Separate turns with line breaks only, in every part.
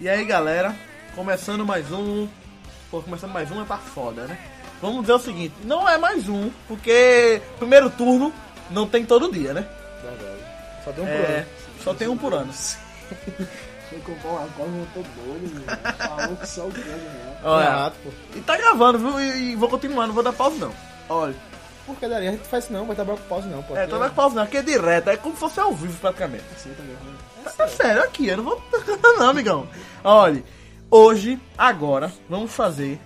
E aí galera, começando mais um. Pô, começando mais um é tá foda, né? Vamos dizer o seguinte, não é mais um, porque primeiro turno não tem todo dia, né?
Verdade. Só tem um
É,
problema.
só tem um por ano.
Fui comprar uma cola, eu tô doido, mano. Falou que só o grande, né?
Olha,
Barato, pô.
e tá gravando, viu? E, e vou continuar, não vou dar pausa não. Olha,
Por que daria? A gente faz isso não, vai trabalhar com pause não, pô.
é, tô dando pausa não, aqui é direto, é como se fosse ao vivo praticamente.
Assim também, né?
É sério aqui, eu não vou. não, amigão. Olha, hoje, agora, vamos fazer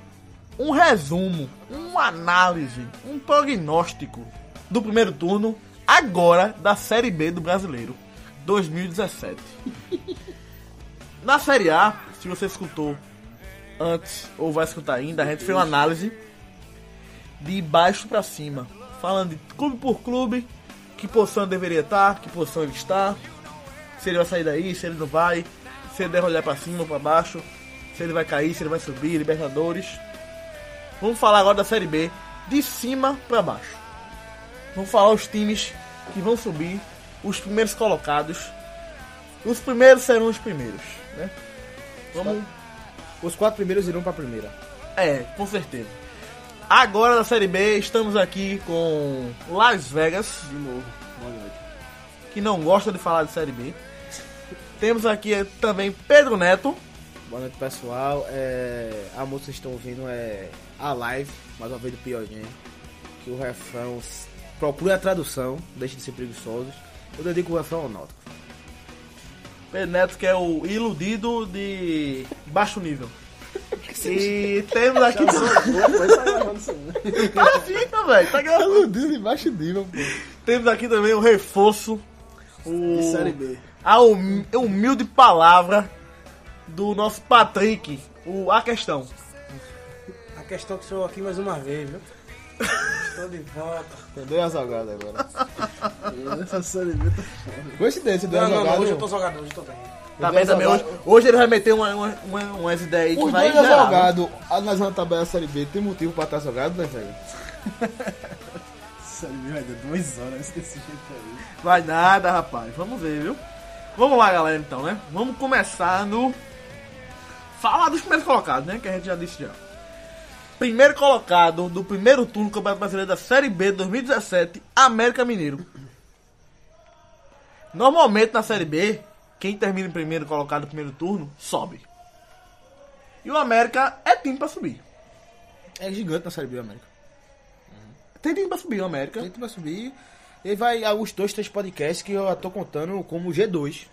um resumo, uma análise, um prognóstico do primeiro turno, agora, da Série B do Brasileiro 2017. Na Série A, se você escutou antes ou vai escutar ainda, a gente fez uma análise de baixo pra cima, falando de clube por clube, que posição deveria estar, que posição ele está, se ele vai sair daí, se ele não vai, se ele deve olhar pra cima ou pra baixo, se ele vai cair, se ele vai subir, Libertadores. Vamos falar agora da Série B, de cima pra baixo. Vamos falar os times que vão subir, os primeiros colocados. Os primeiros serão os primeiros, né? Vamos.
Os quatro primeiros irão pra primeira.
É, com certeza. Agora da Série B, estamos aqui com Las Vegas,
De novo. Boa noite.
que não gosta de falar de Série B. Temos aqui eh, também Pedro Neto.
Boa noite, pessoal. É, A música que vocês estão ouvindo é a live, mais uma vez do Pioguinho. Que o refrão. s- Procure a tradução, deixe de ser preguiçosos. Eu dedico o refrão ao Náutico.
Pedro Neto, que é o iludido de baixo nível. E temos aqui.
Depois tá gravando isso, né?
tá vindo, velho. Tá gravando.
Deus, embaixo nível, pô.
Temos aqui também o reforço. O...
De Série B.
A hum- humilde palavra do nosso Patrick. O A Questão.
A questão é que sou aqui mais uma vez, viu? Estou de volta.
Entendeu a salgada agora?
Essa Série B tá foda.
Coincidência, deu
é Não,
a
não, não,
salgada.
hoje eu tô jogado, hoje eu tô bem.
Tá bem também hoje. Hoje ele vai meter uma, uma, uma, umas ideias aí que
Os
vai
dois é
gerar, né?
salgado, analisando a tabela da Série B, tem motivo pra estar salgado, né, velho?
Série B vai dar duas horas desse jeito aí.
Vai nada, rapaz. Vamos ver, viu? Vamos lá, galera, então, né? Vamos começar no. Falar dos primeiros colocados, né? Que a gente já disse já. Primeiro colocado do primeiro turno do Campeonato Brasileiro da Série B 2017, América Mineiro. Normalmente na Série B, quem termina em primeiro colocado no primeiro turno, sobe. E o América é time pra subir.
É gigante na Série B, América.
Tem time pra subir o América.
A gente vai subir. E vai alguns dois, três podcasts que eu tô contando como G2.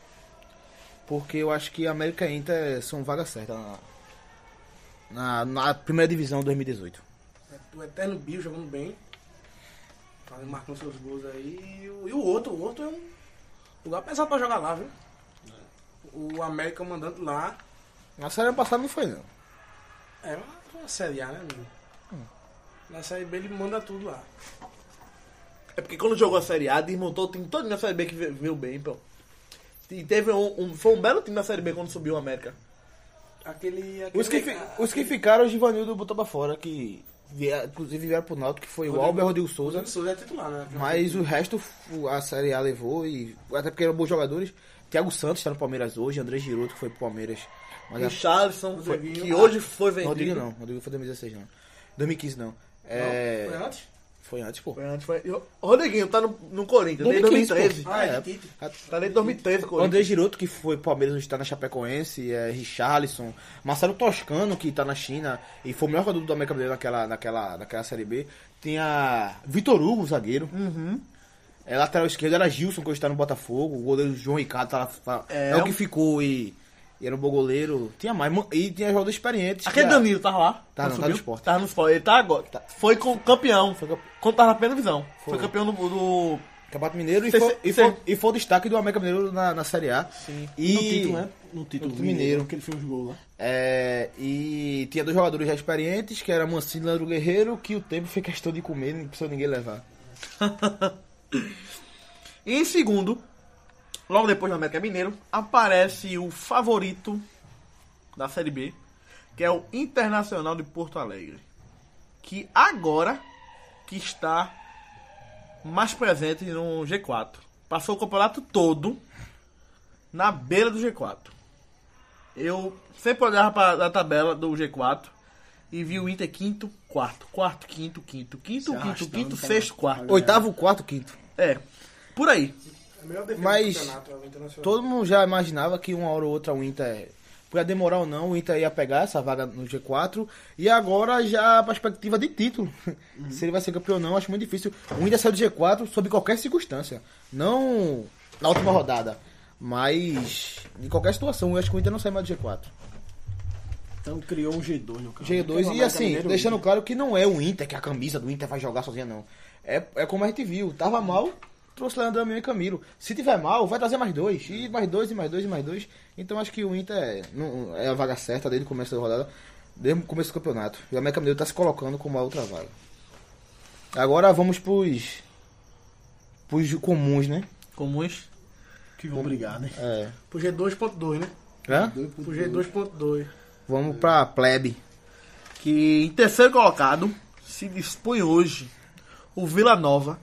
Porque eu acho que a América e Inter são vaga certa na, na, na primeira divisão 2018.
É O Eterno Bill jogando bem. Fazendo- Marcando seus gols aí. E o, e o outro, o outro é um lugar pesado pra jogar lá, viu?
É.
O América mandando lá.
Na série passada não foi, não.
É uma Série A, né, amigo?
Hum.
Na Série B ele manda tudo lá.
É porque quando jogou a Série A, desmontou o time todo na Série B que veio veio bem, pô. E teve um, um- Foi um belo time na Série B quando subiu o América.
Aquele. aquele
Os que, fi- os que ficaram, o Givanildo botou pra fora, que vier, inclusive vieram pro Náutico, que foi o Albert Rodrigo Souza.
O Souza é titular, né?
Mas o resto o- a Série A levou e. Até porque eram bons jogadores. Thiago Santos tá no Palmeiras hoje, André Giroto que foi pro Palmeiras. Mas a
Richarlison, foi-
Rodriguinho.
que hoje foi vendido.
Rodrigo não, Rodrigo foi 2016 não. 2015 não. É,
Foi antes?
foi antes, pô.
Foi antes, foi- e o- o Rodriguinho tá no, no Corinthians, desde
2015,
2013.
pô.
Ah, é,
É.
Tite.
Tá desde 2013 o
O
Corinthians.
André Giroto, que foi pro Palmeiras, hoje tá na Chapecoense, é, Richarlison, Marcelo Toscano, que tá na China e foi o melhor jogador do América Mineiro naquela, naquela, naquela Série B. Tinha Vitor Hugo, zagueiro. É, lateral esquerdo era Gilson, que hoje tá no Botafogo. O goleiro João Ricardo tá lá, tá-
É,
é, o que ficou e, e era um bom goleiro. Tinha mais, man- e tinha jogadores experientes. que
Aquele
era-
Danilo tava lá.
Tá, não,
quando
tá
subiu?
no Sport.
Tava no Sport. Ele tá agora.
Tá.
Foi com, campeão. Foi
campe-
Quando tava na primeira divisão. Foi,
Foi.
campeão do, do-
Campeonato Mineiro e
Cê-
foi,
cê-
e, foi, e foi o destaque do América Mineiro na, na Série A. E,
No título, né? No título
do Mineiro.
Que ele fez os gols lá.
É, e tinha dois jogadores já experientes, que era Mancini e Leandro Guerreiro, que o tempo foi questão de comer, não precisou ninguém levar.
E em segundo, logo depois do América Mineiro, aparece o favorito da Série B, que é o Internacional de Porto Alegre. Que agora que está mais presente no G4. Passou o campeonato todo na beira do G4. Eu sempre olhava para a tabela do G4 e vi o Inter quinto, quarto, quarto, quinto, quinto, quinto, quinto,
arrastando,
quinto,
tá
sexto, quarto.
Oitavo, quarto, quinto.
É, por aí.
A melhor defesa
Mas-
do campeonato é o Internacional.
Todo mundo já imaginava que uma hora ou outra o Inter, pra demorar ou não, o Inter ia pegar essa vaga no G4. E agora já a perspectiva de título. Se ele vai ser campeão ou não, acho muito difícil. O Inter saiu do G4 sob qualquer circunstância. Não na última rodada. Mas em qualquer situação, eu acho que o Inter não sai mais do G4.
Então criou um G2 no carro.
G2 e assim, deixando claro que não é o Inter, que a camisa do Inter vai jogar sozinha, não. É, é como a gente viu, tava mal, trouxe Leandro Amigo e Camilo. Se tiver mal, vai trazer mais dois, e mais dois, e mais dois, e mais dois. Então acho que o Inter é, não- é a vaga certa desde o começo da rodada, desde o começo do campeonato. E o América Mineiro tá se colocando como a outra vaga. Agora vamos pros. pros comuns, né?
Comuns.
Que vão brigar, né?
É.
Pro G2.2, né?
Hã?
Pro G2.2.
Vamos pra plebe.
que em terceiro colocado se dispõe hoje o Vila Nova,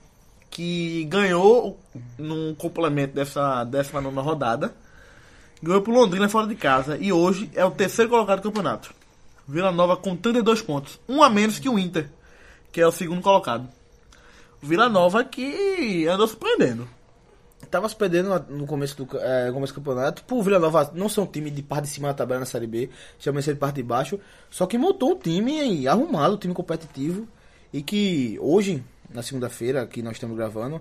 que ganhou num complemento dessa 19 rodada, ganhou pro Londrina fora de casa e hoje é o terceiro colocado do campeonato. Vila Nova com 32 pontos, um a menos que o Inter, que é o segundo colocado. Vila Nova que andou surpreendendo.
Tava se perdendo na- no começo do, ca- eh, começo do campeonato. Por Vila Nova não ser um time de parte de cima da tabela na Série B, chama de parte de baixo. Só que montou um time e arrumado, um time competitivo. E que hoje, na segunda-feira, que nós estamos gravando,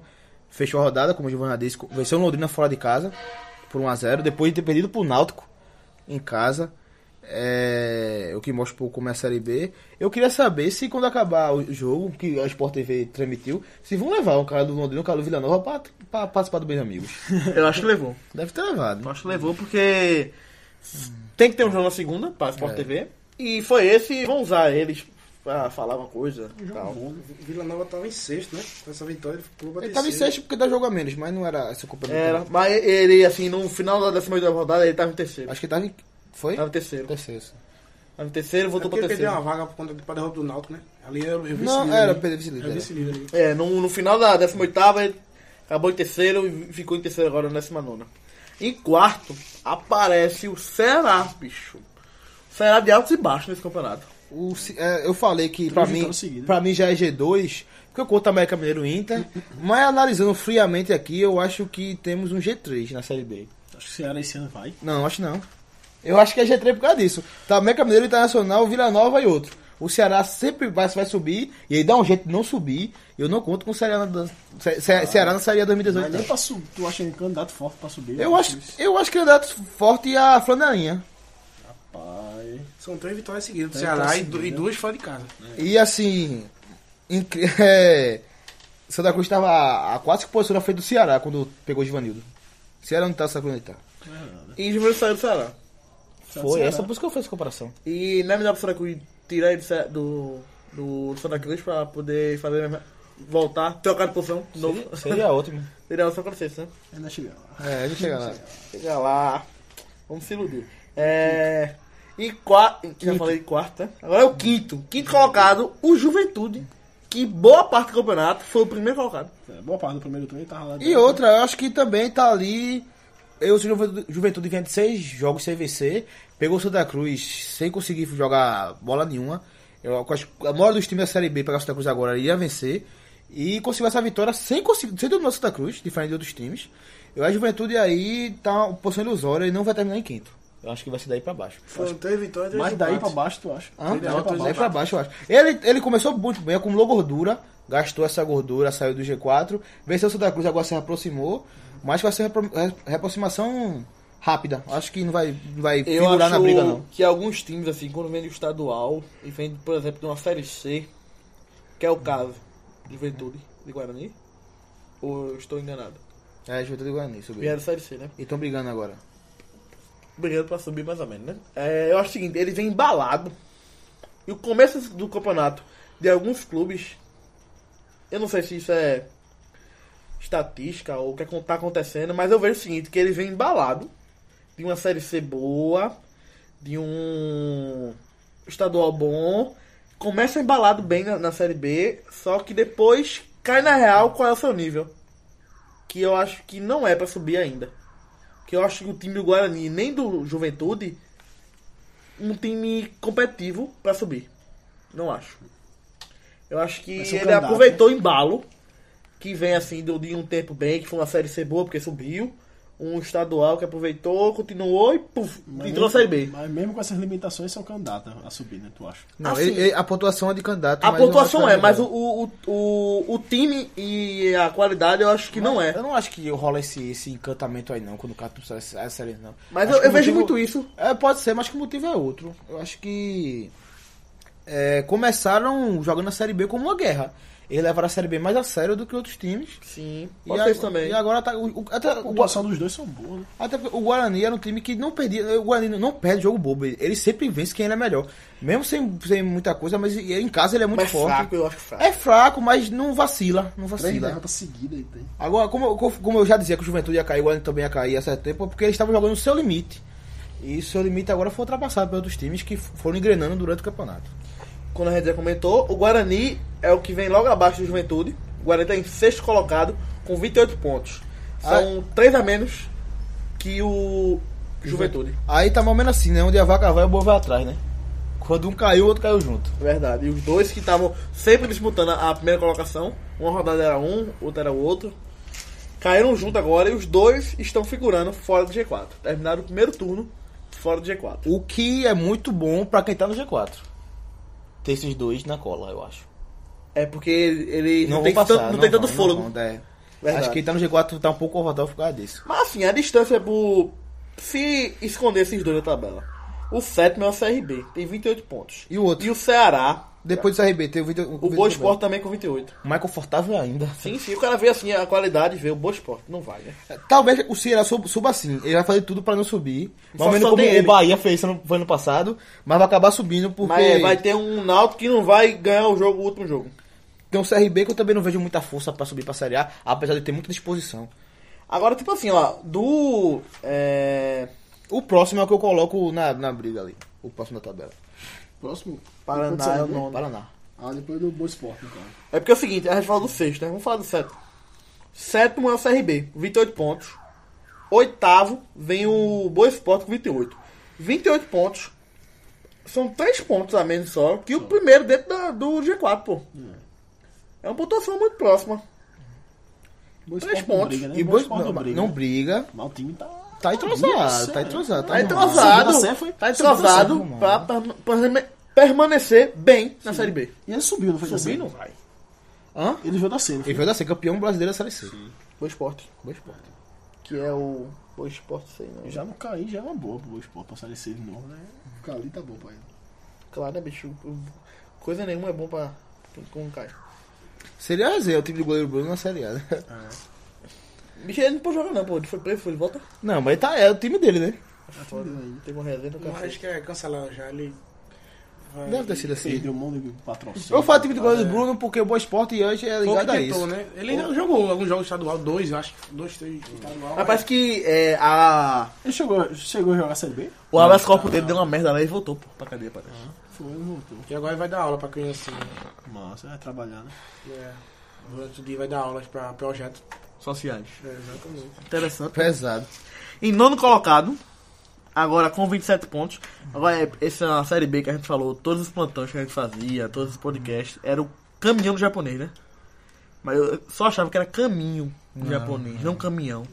fechou a rodada, como o Giovanna disse, co- venceu o Londrina fora de casa, por 1x0, depois de ter perdido pro Náutico em casa. É, o que mostra um pouco como é a Série B. Eu queria saber se quando acabar o jogo, que a Sport TV transmitiu, se vão levar um cara do Londrina, um cara do Vila Nova pra, pra participar do Bem Amigos.
Eu acho que levou.
Deve ter levado. né?
Eu acho que levou porque tem que ter um jogo na segunda para a
É.
Sport TV. E foi esse, vão usar eles pra falar uma coisa. Tal.
Vila Nova tava em sexto, né? Com essa vitória, ele ficou pra
Ele tava em
terceiro.
sexto porque dá jogo a menos, mas não era essa culpa do
Era, É, mas ele, assim, no final da 18 rodada, ele tava em terceiro.
Acho que tava em... Foi?
Tava em terceiro.
terceiro. sim.
Tava em terceiro,
É
voltou
porque
pra
perdeu uma
terceiro.
vaga por conta de, pra derrota do Náutico, né? Ali era o vice-líder.
Não, era
né?
perdeu vice-líder,
Era
era.
vice-líder ali.
É, no, no final da 18 ele acabou em terceiro e ficou em terceiro agora na 19. Em quarto, aparece o Ceará, bicho. Ceará de altos e baixos nesse campeonato.
O se- é, eu falei que pra mim,
vitórias seguidas.
pra mim já é G2, porque eu conto América Mineiro e Inter, mas analisando friamente aqui, eu acho que temos um G3 na Série B.
Acho que o Ceará esse ano vai.
Não, acho não. Eu acho que é G3 por causa disso. Tá América Mineiro, Internacional, Vila Nova e outro. O Ceará sempre vai, vai subir, e aí dá um jeito de não subir. Eu não conto com o Ceará na, Ce- Ce- Ceará na Série A
Ah. Mas
2018.
nem
não.
pra subir. Tu acha ele um candidato forte pra subir?
Eu acho, eu acho que é dados forte e a flanelinha.
Pai.
São três vitórias seguidas do
Três
Ceará
vitórias
e, du- e
seguidas.
duas fora de casa.
É.
E assim. incri- é, Santa Cruz estava a quase que posição na frente do Ceará quando pegou o Givanildo. Ceará não tá, Santa Cruz não tá.
E Juvenil saiu do Ceará.
Foi, essa por isso que eu fiz essa comparação.
E não é melhor pro Santa Cruz tirar ele do Ce- do, do Santa Cruz pra poder fazer a mesma- voltar, trocar de posição de novo.
Seria ótimo.
Seria só acontecer, né?
Ainda chegar lá.
É, a gente chega lá.
Chega lá. Vamos se iludir. É. E quarto. Já
Quinto.
falei de quarto, né? Agora é o quinto. Quinto colocado, o Juventude. Que boa parte do campeonato foi o primeiro colocado.
É, boa parte do primeiro turno ele tava lá.
E outra, eu acho que também tá ali. Eu, se o Juventude- Juventude vinha de seis jogos sem vencer, pegou o Santa Cruz sem conseguir jogar bola nenhuma. Eu acho que a maioria dos times da Série B pegar o Santa Cruz agora iria vencer. E conseguiu essa vitória sem conseguir, sem dominar o Santa Cruz, diferente de outros times. Eu acho que a Juventude aí tá uma posição ilusória e não vai terminar em quinto. Eu acho que vai ser daí pra baixo.
São três vitórias e dois
Mas daí pra
empates.
baixo, tu acha?
Hã?
Daí pra
Daí
baixo.
Ah, né? pra baixo, eu acho. Ele, ele começou muito bem, acumulou gordura, gastou essa gordura, saiu do G4, venceu o Santa Cruz, agora se aproximou, mas vai ser repro- re- reaproximação rápida. Acho que não vai, não vai
Eu
figurar
acho
na briga, não.
que alguns times, assim, quando vem do estadual e vem, por exemplo, de uma Série C, que é o caso do Juventude de Guarani, ou eu estou enganado?
É, Juventude e Guarani subiu.
Vieram da Série C, né?
E estão brigando agora.
brigando pra subir mais ou menos, né? É, eu acho o seguinte, ele vem embalado. E o começo do campeonato de alguns clubes, eu não sei se isso é estatística ou o que acon- tá acontecendo, mas eu vejo o seguinte, que ele vem embalado de uma série C boa, de um estadual bom, começa embalado bem na, na série B, só que depois cai na real qual é o seu nível. Que eu acho que não é pra subir ainda que eu acho que o time do Guarani nem do Juventude um time competitivo pra subir. Não acho. Eu acho que
Vai ser um
ele
candidato,
aproveitou o embalo, que vem assim do, de um tempo bem, que foi uma série C boa, porque subiu. Um estadual que aproveitou, continuou e puf, entrou a série B.
Mas mesmo com essas limitações, são candidato a subir, né? Tu acha?
Não,
Assim,
ele- ele- a pontuação é de candidato.
A
mas eu
pontuação
acho que
é, mas o,
não.
o, o, o time e a qualidade eu acho que não é.
Eu não acho que rola esse, esse encantamento aí, não, quando o cara precisa essa série, não.
Mas
Acho
eu,
que
eu
o
vejo
motivo-
muito isso.
É, pode ser, mas acho que o motivo é outro. Eu acho que. é, começaram jogando a Série B como uma guerra. Eles levaram a Série B mais a sério do que outros times.
Sim,
e,
pode
a-
ser isso também.
e agora tá. O, o- até,
A
o,
pontuação dos dois são boas, né?
até porque o Guarani era um time que não perdia. O Guarani não perde jogo bobo. Ele sempre vence quem ele é melhor. Mesmo sem, sem muita coisa, mas ele- em casa ele é muito
Mas
forte.
fraco, eu acho fraco.
É fraco, mas não vacila. Não
Três
vacila.
derrotas seguidas aí tem.
Agora, como, eu- como eu já dizia que o Juventude ia cair, o Guarani também ia cair a certo tempo, é porque eles estavam jogando o seu limite. E o seu limite agora foi ultrapassado pelos outros times que foram engrenando durante o campeonato.
Quando a gente já comentou, o Guarani é o que vem logo abaixo do Juventude. O Guarani está em sexto colocado com 28 pontos. São três a menos que o Juventude.
Aí tá mais ou menos assim, né? Onde a vaca vai, o boi vai atrás, né? Quando um caiu, o outro caiu junto.
Verdade. E os dois que estavam sempre disputando a primeira colocação, uma rodada era um, outra era o outro, caíram junto agora e os dois estão figurando fora do G4. Terminaram o primeiro turno fora do G4.
O que é muito bom pra quem tá no G4. Ter esses dois na cola, eu acho.
É porque ele, ele não,
vão
tem,
passar,
tanto, não tem
vão,
tanto fôlego.
vão, é.
Verdade.
Acho que quem tá no G4 tá um pouco confortável por causa disso.
Mas assim, a distância é por. Se esconder esses dois da tabela. O sétimo é o CRB, tem 28 pontos.
E o outro?
E o Ceará,
Depois do CRB, tem o vídeo.
o Boa Esporte também com 28.
Mais confortável ainda.
Sim, sim, o cara vê assim a qualidade, vê o Boa Esporte, não vai, né?
Talvez o Ceará sub- suba assim. Ele vai fazer tudo pra não subir. Mais
Só-
ou menos
só
como
tem ele.
o Bahia fez ano, foi ano passado. Mas vai acabar subindo porque
Mas é, vai ter um Náutico que não vai ganhar o jogo, o último jogo.
tem um o CRB que eu também não vejo muita força pra subir pra Série A. Apesar de ter muita disposição.
Agora, tipo assim, ó, do. É,
O próximo é o que eu coloco na, na briga ali. O próximo da tabela.
Próximo.
Paraná é o
Depois do
nono.
Paraná. né?
Ah, depois do Boa Esporte, no caso.
então.
É porque é o seguinte, a gente fala do sexto, né? Vamos falar do sétimo. Sétimo é o CRB, 28 pontos. Oitavo vem o Boa Esporte com 28. 28 pontos. São 3 pontos a menos só que o primeiro dentro da- do G4, pô. É uma pontuação muito próxima.
Boa
Três
Esporte não
pontos.
briga, né?
E
Boa
Boa
Esporte
não,
não briga.
não briga.
Mas o time tá...
Tá entrosado.
Nossa,
Tá entrosado.
Tá
arrumado.
entrosado,
Subida certo, foi-
tá
subida
entrosado
certo,
pra, pra- pra permanecer bem na Série B.
E ele subiu, não foi da
Subir
C?
não vai.
Hã?
Ele veio da C, não
Ele
foi?
veio da ser campeão brasileiro da Série C. é
Boa Esporte,
Boa Esporte.
que é o Boa Esporte, né? sei não.
Já não caí, já é uma boa pro Boa Esporte passar de C de novo, né?
Fica ali, tá bom, pai.
Claro, né, bicho? Coisa nenhuma é bom pra. Com o Caio.
Seria a resenha, o time do goleiro Bruno na Série A, né?
Bicho, ele não pode jogar, não, pô. Ele foi preso, foi ele volta.
Não, mas tá, é o time dele, né?
Tá
Teve uma resenha no
Mas acho
café.
que é cancelado já. Ele vai-
Deve ter sido assim.
Perdeu um monte de patrocínio.
Eu falo time do goleiro Bruno porque o Boa Esporte hoje é
Pouco
ligado a
tentou,
isso.
né? Ele ainda jogou alguns jogos estadual, dois, eu acho. Dois, três estadual.
Mas parece que é, a.
Ele chegou, chegou a jogar a Série B?
O habeas corpus dele deu uma merda lá e voltou, pô, pra cadeia, parece.
Foi, não voltou.
E agora ele vai dar aula pra criancinha.
Massa, vai trabalhar, né?
É. Durante o dia vai dar aulas pra projeto.
Sociais.
É, exatamente.
Interessante.
Pesado.
Em nono colocado, agora com 27 pontos. Agora, é- essa é uma série B que a gente falou, todos os plantões que a gente fazia, todos os podcasts, era o caminhão do japonês, né? Mas eu só achava que era caminho do japonês, não caminhão.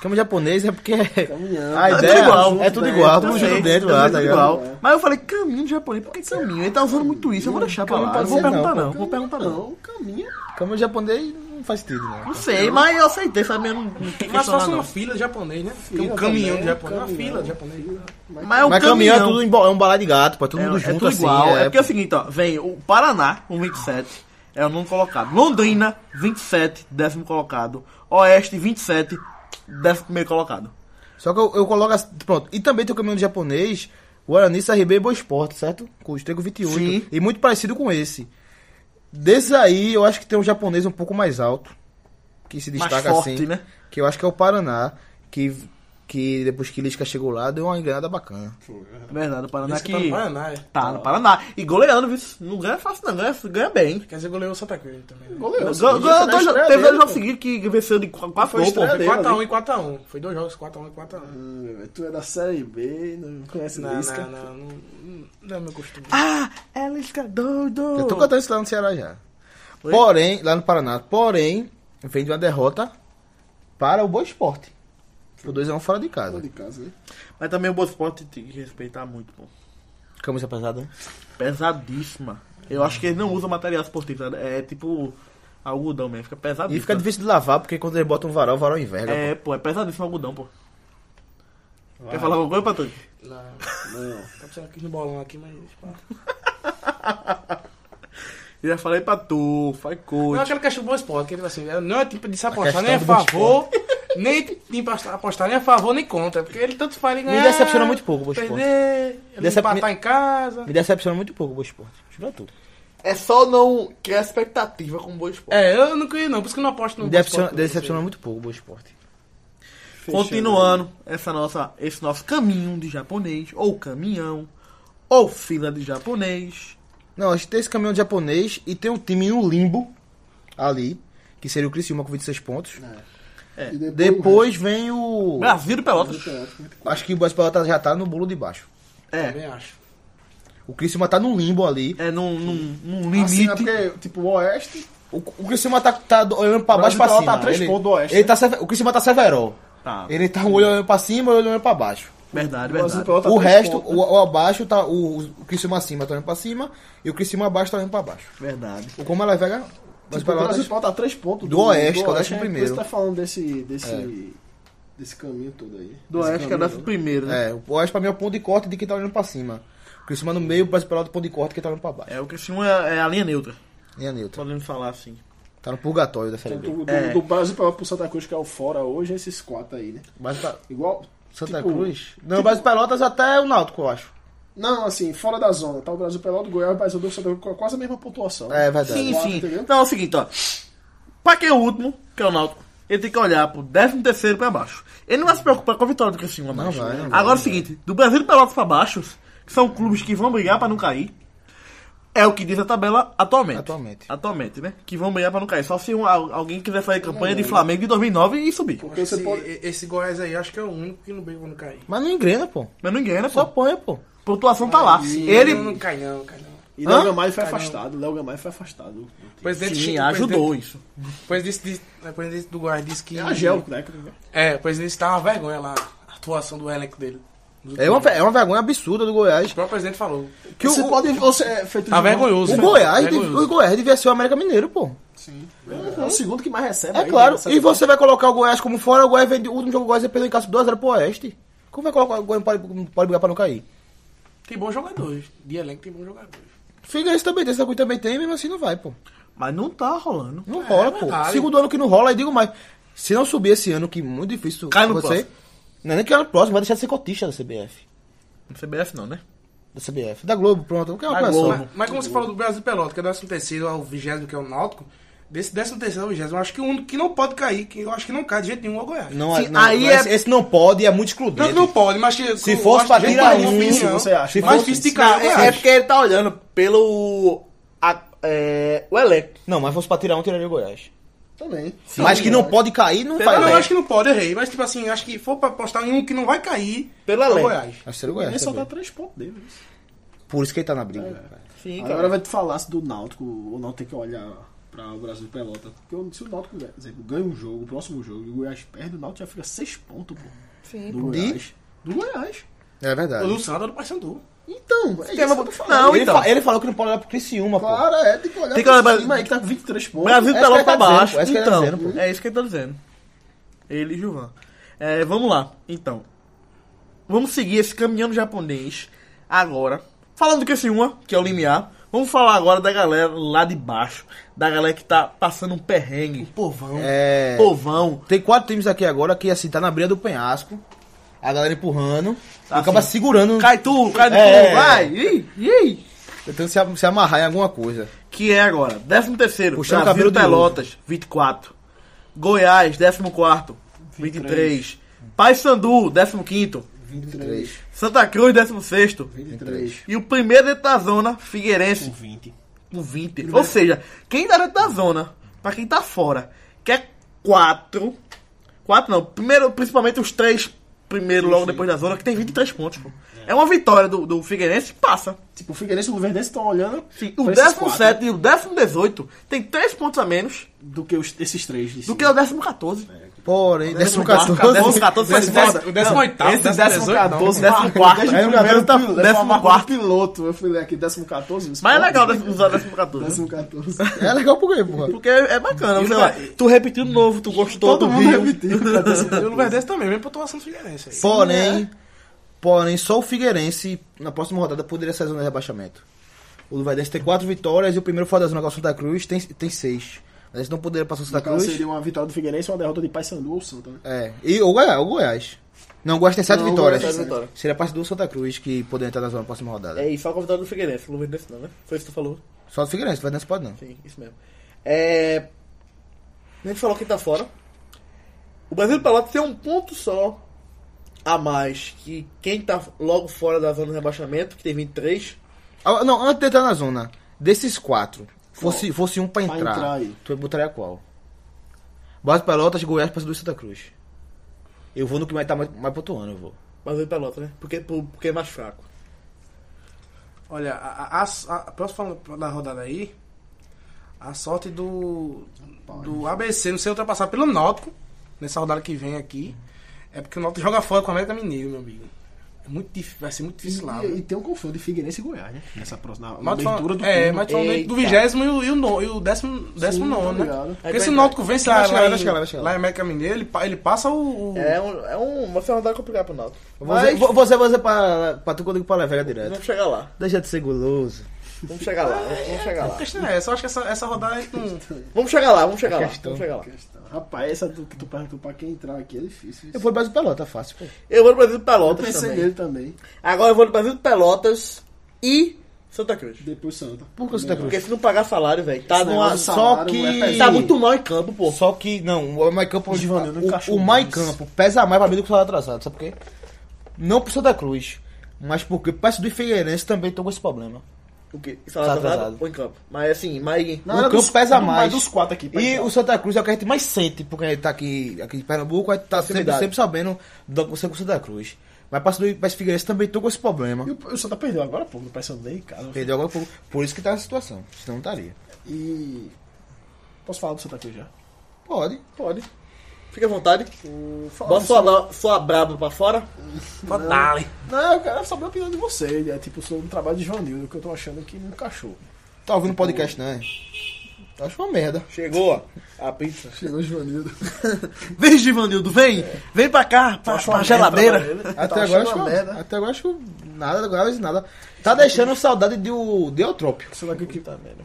Cama japonês é porque.
Caminhão.
A
É
ideia
tudo igual.
é tudo igual,
Também,
tudo junto dentro lá,
também
tá
tudo
ligado?
igual. Mas eu falei, caminho de japonês, por que caminho? Ele tá usando muito isso, eu vou deixar pra lá.
pode
Não vou
ser não,
perguntar
pô.
não, vou perguntar não.
Não, caminha.
Cama japonês não faz sentido, não.
Não sei, mas eu aceitei, sabe? Eu não, não quis
Mas
questionar
faça
não.
uma fila de japonês, né? Tem
Fila
um caminhão
também,
de japonês. Uma
caminhão.
fila de japonês.
Mas é o
Mas
caminhão.
caminhão é tudo embo- é um balá de gato, pô, é todo
é,
mundo
é
junto
tudo
assim.
igual. É,
é,
porque é o seguinte, ó, vem o Paraná um com 27, é o nono colocado. Londrina, 27, décimo colocado. Oeste, 27, décimo primeiro colocado.
Só que eu, eu coloco assim, pronto. E também tem o caminhão do japonês, Guarani, CRB e Boa Esporte, certo? Com os trego 28.
Sim.
E muito parecido com esse. Desses aí, eu acho que tem um japonês um pouco mais alto. Que se
Mais
destaca
forte,
assim.
né?
Que eu acho que é o Paraná. Que, que depois que Lisca chegou lá, deu uma enganada bacana.
é.
É Verdade, o Paraná
Isso
que.
tá no Paraná, é.
Tá, no Paraná. E goleando, viu? Não ganha fácil, não. Ganha, ganha bem.
Quer dizer, goleou o Santa Cruz também. Né?
Ganhou
Goleou.
ganhou dois,
Isso era a
teve dois
estreia dele,
jogos seguidos que venceu de 4
Foi
gols, pô.
estreia
Foi
dele,
4x1 e 4x1. Foi dois jogos, 4x1 e 4x1.
Hum, tu é da Série B, não conhece
Não,
Lisca.
não, não, não, não. Não é meu costume.
Ah, ela está doido.
pô. Eu tô cantando isso lá no Ceará já. Porém, lá no Paraná. Porém, vem de uma derrota para o Boa Esporte. Por 2x1 fora de
Tô
casa.
de casa, né?
Mas também o Bosport tem que respeitar muito, pô.
Camisa pesada, né?
Pesadíssima. Eu acho que eles não usam material esportivo. né? É tipo algodão mesmo. Fica
E
pesadíssimo.
fica difícil de lavar, porque quando eles botam um varal, o varal enverga.
É, pô, é pesadíssimo o algodão, pô. Quer falar alguma coisa, Patrick?
Não.
Não.
Tá precisando aqui no bolão aqui, mas. pá.
Eu já falei pra tu, faz
Não é
coach.
aquela questão do bom esporte, que ele assim, não é tipo de se apostar nem a
questão do bom
favor, nem de apostar nem a favor nem contra, porque ele tanto faz ele
Me
ganhar.
decepciona muito pouco o Boa Esporte.
Perder, ele
Decep-
empatar em casa.
Me decepciona muito pouco o Boa Esporte. Jura tudo.
É só não criar expectativa com o Boa Esporte.
É, eu não conheço não, por isso que eu não aposto no
Me
bom
decepciona,
é
esporte.
decepciona muito pouco o Boa Esporte.
Continuando essa nossa, esse nosso caminho de japonês, ou caminhão, ou fila de japonês.
Não, a gente tem esse caminhão de japonês e tem um time no limbo ali, que seria o Criciúma com 26 pontos.
É, E depois,
Depois vem o.
Brasil e Pelotas.
Acho que o Boas Pelotas já tá no bolo de baixo.
É,
Também acho.
O Criciúma tá no limbo ali.
é num, num- num
Ah,
Assim,
limite.
é
né, porque, tipo, o Oeste,
O, o Criciúma tá, tá do- olhando pra baixo e
Brasil
pra
tá
cima.
lá, tá três
ele,
pontos do Oeste, Ah.
Ele tá, sever- o Criciúma tá Severol.
Tá,
Ele tá um olho olhando pra cima e olho olhando pra baixo.
verdade,
mas
verdade.
Pelota
o
Tá três
resto,
pontos,
o, o abaixo, tá, o, o Criciúma acima tá olhando pra cima e o Criciúma abaixo tá olhando pra baixo.
Verdade.
O Como ela é vai ganhar?
Tipo,
Boas
o Brasil
Pelotas.
falta três pontos
Do Oeste, o Oeste
é
em
por isso
primeiro.
que tá falando desse, desse, desse caminho todo aí.
Do
Desse
Oeste que é
caminho,
o
né?
primeiro, né?
É, o Oeste pra mim é o ponto de corte de quem tá olhando pra cima. O Criciúma no meio, o Brasil Pelotas é o ponto de corte de quem tá olhando pra baixo.
É, o Criciúma é, é a linha neutra,
E a Nilton?
podemos falar assim.
Tá no purgatório da série
Então,
B.
do, do,
É.
do Brasil pra, pro Santa Cruz, que é o fora hoje, é esses quatro aí, né?
Mas tá-
Igual.
Santa
tipo,
Cruz? Não, o Brasil Pelotas até o Náutico, eu acho.
Não, assim, fora da zona. Tá o Brasil Pelado, Goiás, Brasil do Santa Cruz, com quase a mesma pontuação.
É verdade.
Sim,
Quatro,
sim.
entendeu?
Então é o seguinte, ó. Pra quem é o último, que é o Náutico, ele tem que olhar pro 13 terceiro pra baixo. Ele não vai se preocupar com a vitória do Criciúma mais.
vai, não vai,
Agora é o seguinte, do Brasil Pelotas pra baixo, que são clubes que vão brigar pra não cair, é o que diz a tabela atualmente.
Atualmente.
Atualmente, né? Que vão brigar pra não cair. Só se um- al- alguém quiser fazer campanha de Flamengo de 2009 e subir.
Porque
esse,
Então, você pode.
esse Goiás aí, acho que é o único que não briga quando cair.
Mas não engrena, pô.
Mas não engana,
Só
pô.
põe, pô.
Pontuação tá lá.
Ele
Ele
não cai não, cai não.
E
Hã?
Léo Gamalho foi afastado. Léo Gamalho foi afastado.
O presidente
Sim,
o presidente-
ajudou isso.
O presidente, disse- o presidente do Goiás disse que.
É a gel, né? que-
É, o presidente tá uma vergonha lá, a atuação do elenco dele.
É uma, é uma vergonha absurda do Goiás.
O próprio presidente falou.
Que
você
o,
pode. Você é feito
Tá
de-
vergonhoso.
o
né?
Goiás,
Vergonhoso.
o Goiás devia ser o América Mineiro, pô.
Sim. É o segundo que mais recebe.
É
aí,
claro.
né, Santa
E
Cruz.
você vai colocar o Goiás como fora, o Goiás vem de- o último jogo do Goiás ele perdeu em casa 2x0 pro Oeste. Como vai colocar o Goiás para pode brigar pra não cair?
Tem bons jogadores. De elenco tem bons jogadores.
Figueirense também tem, Santa também tem, mesmo assim não vai, pô.
Mas não tá rolando.
Não rola, pô.
verdade.
Segundo ano que não rola, aí digo mais. Se não subir esse ano, que é muito difícil
Cai no
você.
próximo.
Não é nem que ano próximo, vai deixar de ser cotista da CBF.
No CBF não, né?
Da CBF. Da Globo, pronto. Qualquer
Da
uma coisa
Globo.
só.
Mas, mas como você falou do Brasil Pelota, que é 13 terceiro ao 20 que é o Náutico, desse 13 terceiro ao 20 eu acho que o único que não pode cair, que eu acho que não cai de jeito nenhum é o Goiás. Não,
Não,
Sim,
não,
aí
esse,
é-
esse não pode, é muito excludente.
não pode, mas que,
Se fosse pra tirar um,
se você acha.
Se
Se
mais
fosse-
difícil de cair,
é,
eu
é
acho.
porque ele tá olhando pelo. a- é, o elenco.
Não, mas fosse pra tirar um, tiraria o Goiás.
Também.
mas que não pode cair, não
Ah,
vai.
não,
né?
eu acho que não pode, errei. Mas, tipo assim, acho que for pra apostar em um que não vai cair,
Pela
é o
lei.
Goiás.
Acho que seria o
Ele
Goiás.
só tá
também.
três pontos dele. isso.
Por isso que ele tá na briga.
Sim,
Agora vai te falar se do Náutico, o Náutico tem que olhar pra o Brasil Pelota. Porque o- se o Náutico por exemplo, ganha um jogo, o próximo jogo, e o Goiás perde, o Náutico já fica seis pontos, pô.
Sim,
do
pô.
Goiás. Do Goiás.
É verdade.
O do Santos é do Paysandu.
Então, é
Tem
isso
uma-
que eu tô falando.
Não,
ele,
então.
fa- ele falou que não pode olhar pro Criciúma, pô.
Claro, é, tem que olhar
Tem que
pra
olhar-
cima aí que tá com 23 pontos.
Brasil
É isso
tá
que
lá
ele
pra
tá
baixo.
dizendo, é isso que ele tá
então,
dizendo, pô.
é isso que ele tá dizendo. Ele e Gilvan. É, vamos lá, então. Vamos seguir esse caminhão japonês agora. Falando do que esse uma, que é o limiar. Vamos falar agora da galera lá de baixo. Da galera que tá passando um perrengue.
Povão.
É...
Povão.
Tem quatro times aqui agora que, assim, tá na briga do penhasco. A galera empurrando.
Tá,
acaba
sim.
segurando,
Cai tu, cai tu,
É.
vai. Ih, ih.
tentando se, am- se amarrar em alguma coisa.
Que é agora, 13 terceiro,
Puxando o
Brasil
cabelo de
Pelotas, 24. Goiás, 14, 23. Paysandu, 15º.
23.
Santa Cruz, 16º.
23.
E o primeiro dentro da zona, Figueirense,
20.
com 20. Ou seja, quem tá dentro da zona, pra quem tá fora, que é 4. 4 não, primeiro, principalmente os três primeiro logo depois da zona, que tem 23 pontos, pô. É uma vitória do, do Figueirense, passa.
Tipo, o Figueirense e o Luverdense estão olhando
Sim, o
pra esses quatro
17 e o 18 tem 3 pontos a menos
do que os- esses três. de
do
cima.
que o 14.
Porém, décimo
14,
14.
14 foi
décimo-
foda.
o décimo
Não,
oitavo,
Esse
décimo
14,
dezoito, não.
14 quarto.
Décimo
Décimo
primeiro
tá-
pil-
décimo
décimo
quarto.
piloto. Eu fui ler aqui, 14.
Mas é legal
né?"
usar 14.
Décimo 14.
É legal por quê, porra?
Porque é bacana, sei lá, tu repetiu de novo, tu gostou,
Todo
tu
mundo né?
viu.
repetiu. cara, décimo
E o
14.
Luverdense também, mesmo pontuação do Figueirense aí.
Porém, porém, só o Figueirense na próxima rodada poderia sair da zona de rebaixamento. O Luverdense tem quatro vitórias e o primeiro fora da zona com o Santa Cruz tem, tem seis. Mas não poderia passar o Santa
No caso,
Cruz.
Então, seria uma vitória do Figueirense ou uma derrota de Paysandu ou Santa. né?
É, e o Goiás. O Goiás. Não, o Goiás tem sete
Não, o Goiás
vitórias.
tem sete
vitórias.
Seria a parte do Santa Cruz que poderia entrar na zona na próxima rodada.
É isso, só com a vitória do Figueirense, não vende não, né? Foi isso que tu falou?
Só do Figueirense, o Luverdense pode não.
Sim, isso mesmo. É... A gente falou quem tá fora. O Brasil de Pelotas tem um ponto só a mais que quem tá logo fora da zona de rebaixamento, que tem 23,
Ah, não, antes de entrar na zona, desses quatro, fosse, fosse um pra
pra
entrar,
entrar aí.
tu botaria qual? Base Pelotas, Goiás, Paysandu e Santa Cruz. Eu vou no que vai estar mais, mais pontuando, eu vou.
Brasil de Pelotas, né? Porque, por- porque é mais fraco.
Olha, a, a, a, a próxima da rodada aí, a sorte do, do ABC não ser ultrapassado pelo Náutico, nessa rodada que vem aqui, é porque o Náutico joga fora com o América Mineiro, meu amigo. É muito dif- vai ser muito difícil lá.
né?
E,
viu?
e tem um confronto de Figueirense e Goiás, né? Nessa próxima. Na
Náutico
abertura do
é,
turno.
mas falando do
Eita.
vigésimo e o, e o, no, e o décimo, décimo
Sim,
nono,
tá
né?
ligado.
Porque
É
se
verdade.
o Náutico vence lá,
Vai chegar,
lá,
vai
em-
chegar, vai chegar.
lá em América Mineiro, ele, pa- ele passa o... o-
É, um, é um, uma ferramenta complicada pro Náutico.
Eu Vou
Mas
dizer- vou- vou dizer- vou dizer pra, pra tu que eu digo pra Levega direto.
vamos chegar lá.
Deixa de ser guloso.
Vamos chegar lá, vamos chegar lá.
A questão é essa, eu acho que essa, essa rodada a gente não...
Vamos chegar lá, vamos chegar lá.
questão.
Vamos chegar lá.
Questão. Rapaz, essa do que tu perguntou pra quem entrar aqui é difícil.
Eu vou Brasil Pelota, fácil, pô.
Eu vou no Brasil de
Eu
Pelotas
pensei
também.
nele também.
Agora eu vou no Brasil de Pelotas e Santa Cruz.
Depois Santa.
Por que tá Santa Cruz?
Porque se não pagar salário, velho, tá
Esse
numa.
negócio de
só
salário
que-
é pesado.
tá muito mal em campo, pô.
Só que, não, o Maicampo.
O Givanildo
O,
encaixou
o Mai
demais.
Campo pesa mais pra mim do que o salário atrasado, sabe por quê? Não pro Santa Cruz, mas porque o Paysandu e Figueirense também estão com esse problema.
O quê? Salário
Tá atrasado.
atrasado ou em campo. Mas assim, mas.
Na
o
hora
campo pesa
do-
mais.
dos quatro aqui. pra
E
entrar.
o Santa Cruz é o que a gente mais sente, porque a gente tá aqui, aqui em Pernambuco, a gente tá sempre,
Proximidade.
sempre sabendo do que você com o Santa Cruz. Mas Paysandu e Paysandu e Figueirense também estão com esse problema.
E o, o Santa perdeu agora, pô, no Paysandu aí, cara.
Perdeu agora, por, por isso que tá nessa situação, senão não estaria.
E. Posso falar do Santa Cruz já?
Pode.
Pode. Fica à vontade.
Fala
Bota sua, sua braba pra fora.
Rodale.
Não, eu quero saber a opinião de vocês. É tipo sobre o trabalho de Joanildo, que eu tô achando que não encaixou.
Tá ouvindo podcast, né? Acho uma merda.
Chegou, ó. A pizza.
Chegou o Joanildo.
Vem, Givanildo, vem!
É.
Vem pra cá, pra,
Acho
pra
uma
geladeira.
merda,
Até
tá
agora
achando
acho
uma
que.
merda.
Até agora acho que nada, Goiás nada. Tá deixando saudade de, o- de Eutrópio.
Sei lá que que tá merda.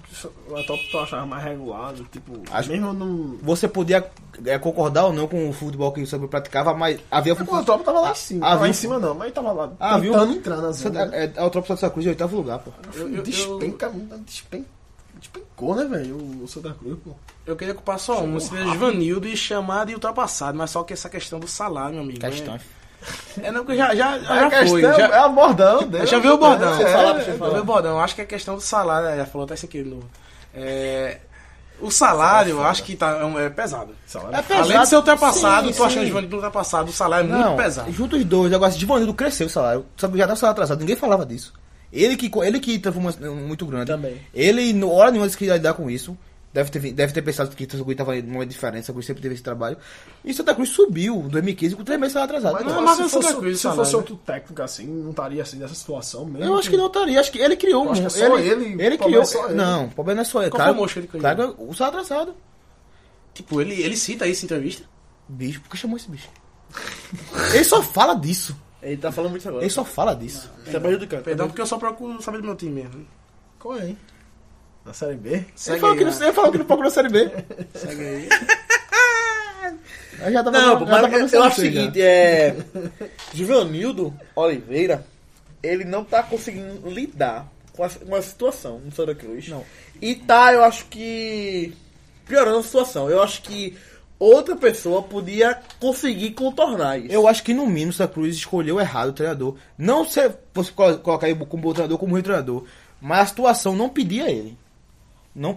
O top tu achava mais regulado, tipo.
Acho-
mesmo não.
Você podia é, concordar ou não com o futebol que o Santa Cruz praticava, mas havia
É, O top tava lá em cima.
Ah,
Ah, lá
viu?
em cima não, mas tava lá.
Ah, viu?
tentando entrar na
Santa-
zona. né?
é, é, Eutrópio Santa Cruz em oitavo lugar, pô.
Eu- eu-
Despenca, despen- despencou, né, velho? O o Santa Cruz, pô.
Eu queria culpar só um, seria Givanildo e chamar de ultrapassado, mas só que essa questão do salário, meu amigo.
Questão.
É, é não, porque já, já, já
A
foi.
questão
já,
é o bordão dele.
já veio o bordão.
É,
falar, deixa eu
já
falar.
veio o bordão. Acho que a questão do salário, já falou até sem querer de novo. É, o salário, eu acho que tá, é um- é pesado.
salário.
Além de ser ultrapassado,
Sim,
tô achando
sim.
Givanildo ultrapassado, o salário é
Não,
muito pesado.
Junto os dois, agora de Vanildo cresceu o salário. Sabe, já dá o salário atrasado, ninguém falava disso. Ele que, co- ele que teve uma um, muito grande.
Também.
Ele, no- hora nenhuma, disse que ia lidar com isso. Deve ter, vi- deve ter pensado que o Santa Cruz estava numa diferença, Santa Cruz sempre teve esse trabalho. E Santa Cruz subiu em 2015 com três meses de salário atrasado.
Mas,
Não,
não,
mas
se,
o Santa
fosse,
Cruz,
se fosse
salário.
outro técnico assim, não estaria assim nessa situação mesmo.
Eu acho que não estaria. Acho que ele criou.
Eu acho
um-
que é só ele,
ele,
o problema
criou.
é só ele.
Não, o problema não é só ele.
Qual
Claro,
foi o moço que ele criou?
claro, o salário atrasado.
Tipo, ele, ele cita isso em entrevista.
Bicho, por que chamou esse bicho? ele só fala disso.
Ele tá falando muito agora.
Ele só fala disso.
Você é prejudicante.
Perdão, porque eu só procuro saber do meu time mesmo.
Qual é, hein? Na Série B?
Ele falou, que
né?
né?
não, ele falou que não procurou a Série B.
Segue aí.
Aí já tava-
Não, pô,
já tava
mas eu,
pensando
eu acho o
nisso aí,
seguinte, é. Givanildo Oliveira, ele não tá conseguindo lidar com a, com a situação no Santa Cruz.
Não.
E tá, eu acho que. piorando a situação. Eu acho que outra pessoa podia conseguir contornar isso.
Eu acho que no mínimo Santa Cruz escolheu errado o treinador. Não se fosse colo- colocar ele como bom treinador, como ruim treinador, mas a situação não pedia ele. Não,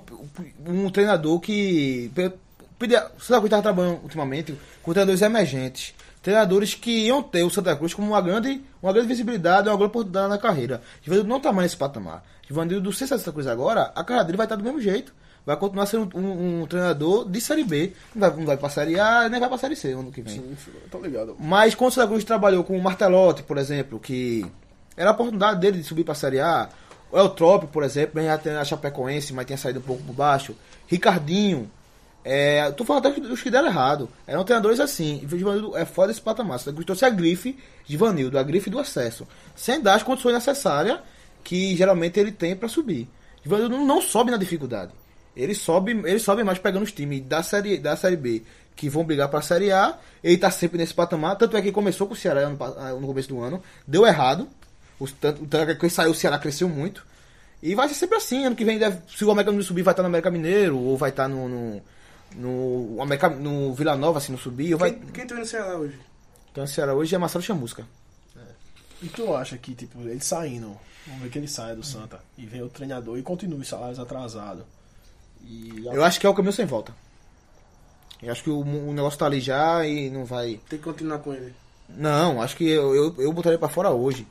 um treinador que pe- pedia, Santa Cruz estava trabalhando ultimamente com treinadores emergentes, treinadores que iam ter o Santa Cruz como uma grande, uma grande visibilidade, uma grande oportunidade na carreira. Givanildo não está mais nesse patamar. Givanildo do César Santa Cruz agora, a carreira dele vai estar do mesmo jeito. Vai continuar sendo um, um- um treinador de Série B. Não vai, não vai pra Série A, nem vai pra Série C ano que vem.
Sim, tô ligado.
Mas quando o Santa Cruz trabalhou com o Martelotti, por exemplo, que era a oportunidade dele de subir para a Série A. O Eltrop, por exemplo, mesmo já tem a Chapecoense, mas tinha saído um pouco por baixo. Ricardinho. É, tô falando até dos que deram errado. Eram treinadores assim. E o Givanildo é fora desse patamar. O Santa Cruz trouxe a grife de Givanildo, a grife do acesso. Sem dar as condições necessárias que geralmente ele tem para subir. Givanildo não- não sobe na dificuldade. Ele sobe, ele sobe mais pegando os times da série, da série B que vão brigar para a série A. Ele tá sempre nesse patamar, tanto é que começou com o Ceará ano pa- ah, no começo do ano, deu errado. Os tanto, tanto é que saiu o Ceará cresceu muito. E vai ser sempre assim, ano que vem deve- se o América não subir vai estar no América Mineiro ou vai estar no no, no América no Vila Nova se não subir, ou vai
Quem, quem treina o Ceará hoje?
Então o Ceará hoje é Marcelo Chamusca.
E tu acha que, tipo, ele saindo, vamos ver que ele saia do Santa e vem o treinador e continua os salários atrasados. E
Eu acho que é o caminho sem volta. Eu acho que o, o negócio tá ali já e não vai
Tem que continuar com ele.
Não, acho que eu, eu, eu botaria pra fora hoje.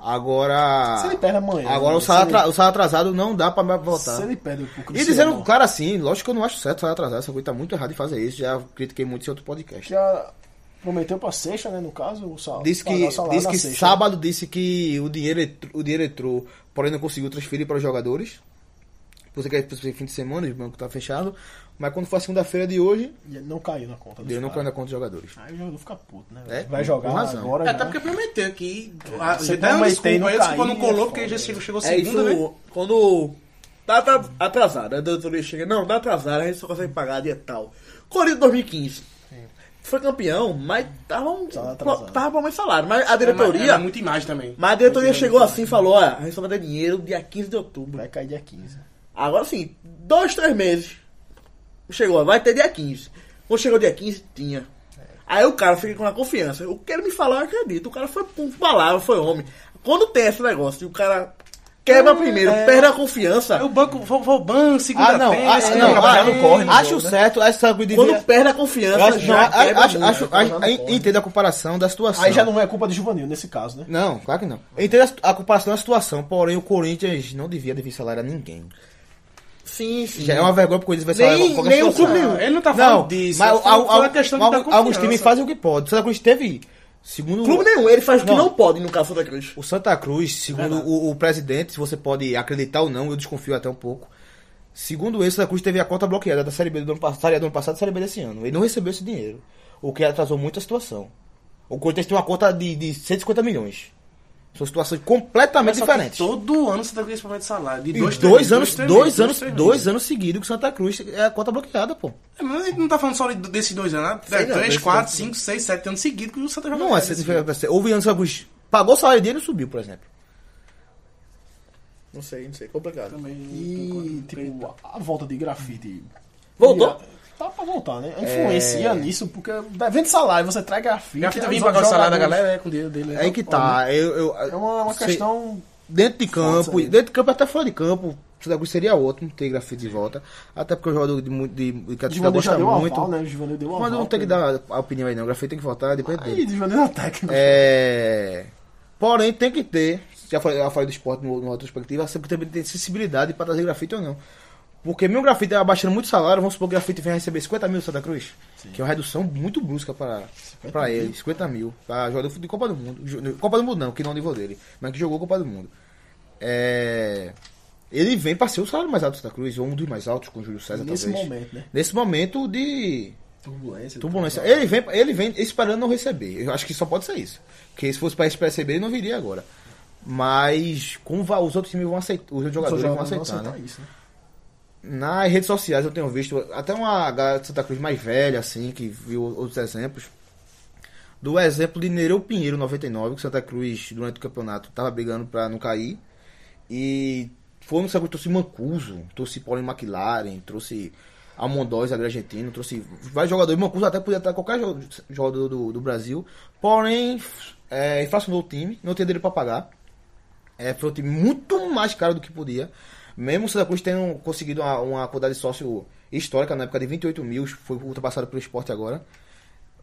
Agora.
Se ele perde amanhã,
Agora
né?
o salário,
Se ele-
atra- o salário atrasado não dá pra votar.
se ele perde pro Cristiano,
E dizendo, cara, assim, lógico que eu não acho certo o salário atrasado. Essa coisa tá muito errada de fazer isso. Já critiquei muito esse outro podcast.
já prometeu pra sexta, né, no caso, o sal-
Disse que,
pagar o salário
disse
na
que
sexta.
sábado disse que o dinheiro, entr- o dinheiro entrou, porém não conseguiu transferir para os jogadores. Você quer para fim de semana, o banco tá fechado. Mas quando for a segunda-feira de hoje,
E ele não caiu na conta.
o
dos
dinheiro não caiu
caras.
na conta dos jogadores.
Aí o jogador fica puto, né?
É,
velho? Vai
com
jogar
razão.
agora. né?
Até É,
já.
tá porque prometeu que. A,
Você
deram
prometeu e
desculpa,
não
aí a desculpa não
cair,
colou
é
porque já chegou, chegou
É
segunda, né?
isso quando tá atra- atrasado, a diretoria chega, não, tá atrasado, a gente só consegue pagar dia tal. Corinthians 2015. Foi campeão, mas tava um,
Salário atrasado.
tava pra mais salário. Mas a
É, mas é
diretoria,
muita imagem também.
mas a diretoria chegou assim e falou, olha, a gente só vai ter dinheiro dia 15 de outubro.
Vai cair dia 15.
Agora sim, dois, três meses. Chegou, vai ter dia 15. Quando chegou dia 15, tinha. Aí o cara fica com a confiança. O que ele me falou, eu acredito. O cara foi por palavra, foi homem. Quando tem esse negócio e o cara quebra primeiro, perde a confiança.
Aí o banco, vou, vou ban, segunda
Ah, não,
feira,
acho,
é,
não,
trabalhar
acho,
no corre, no
acho
jogo, né?
certo, acho que o
Quando
dinheiro.
perde a
Eu
confiança,
acho, não,
já
acho,
quebra
acho,
muito. né?
acho- acho- entendo a comparação da situação.
Aí já não é culpa do Juvanil nesse caso, né?
Não, claro que não. Eu entendo a situ- a, comparação da situação, porém o Corinthians não devia dever salário a ninguém.
Sim, sim.
Já é uma vergonha porque eles devem
Nem,
qualquer
nem o
situação.
clube nenhum.
Não, Ele não tá falando
Não,
disso.
mas
ele tá
al-
falando
al-
a questão de
al-
dar
alguns
confiança.
times fazem o que podem. O Santa Cruz teve, segundo
Clube nenhum, ele faz o que
Não.
não pode no caso da Cruz.
o Santa Cruz, segundo o, o presidente, se você pode acreditar ou não, eu desconfio até um pouco. Segundo ele, o Santa Cruz teve a conta bloqueada da Série B do ano passado, do ano passado e da Série B desse ano. Ele não recebeu esse dinheiro, o que atrasou muito a situação. O Corinthians tem uma conta de, de 150 milhões. São situações completamente
Mas só que
diferentes.
Todo ano você tá com esse problema de salário. De
É E
dois,
dois,
três meses,
anos,
três
dois,
meses,
anos,
três
dois
meses.
anos seguidos que o Santa Cruz é a conta bloqueada, pô.
É, mas a gente não tá falando só de- desses dois anos, né?
Sei não,
três,
desses
quatro,
dois-
cinco, seis, sete anos seguidos que o Santa já
Não é
vai-
150 Houve anos que o Santa Cruz pagou o salário dele e não subiu, por exemplo.
Não sei, não sei, complicado.
Também.
E, tipo, a- a volta de grafite.
Voltou?
E, Tá pra voltar, né? Influencia nisso, porque vende salário, você traz grafite.
Grafita
aí
É. vem
os
pagar o salário da
jogadores-
galera é com o dinheiro dele.
É aí que tá. Eu, eu,
É uma, uma
sei-
questão.
Dentro de campo,
Força aí.
dentro de campo até fora de campo, o Santa Cruz seria ótimo ter grafite de volta. Até porque o jogador de, mu- de, de que a
O
torcida
Givanil já
gosta
deu um
muito.
aval, né? O Givanil deu um
Mas
aval.
não tem que dar a opinião aí não. O grafite tem que voltar, depende dele.
Ih, o Givanil é técnico.
É... Porém, tem que ter, já falei, já falei do esporte no- numa outra perspectiva, sempre também tem sensibilidade para trazer grafite ou não. Porque mesmo grafite abaixando muito salário, vamos supor que o grafite venha a receber 50 mil do Santa Cruz, que é uma redução muito brusca para, para ele, 50 mil, para jogador de Copa do Mundo. Jo- Copa do Mundo não, que não é o nível dele, mas que jogou Copa do Mundo. É, Ele vem para ser o salário mais alto do Santa Cruz, ou um dos mais altos com o Júlio César,
Nesse
talvez.
momento, né?
Nesse momento de
Turbulência.
Turbulência. Ele vem, ele vem esperando não receber. Eu acho que só pode ser isso. Porque se fosse pra receber, ele não viria agora. Mas como va- os outros times vão aceitar, os outros jogadores vão aceitar, né?
isso, né?
Nas redes sociais eu tenho visto até uma galera de Santa Cruz mais velha, assim, que viu outros exemplos. Do exemplo de Nereu Pinheiro, 99, que Santa Cruz, durante o campeonato, tava brigando pra não cair. um E foi no Santa Cruz, trouxe Mancuso, trouxe Paulo McLaren, trouxe Almondói, zagueiro argentino, trouxe vários jogadores. Mancuso até podia estar qualquer jo- jogador do, do Brasil. Porém, é, inflacionou o time, não tinha dinheiro pra pagar. É, foi um time muito mais caro do que podia. Mesmo o Santa Cruz tendo conseguido uma, uma quantidade de sócio histórica, na época de 28 mil, foi ultrapassado pelo esporte agora.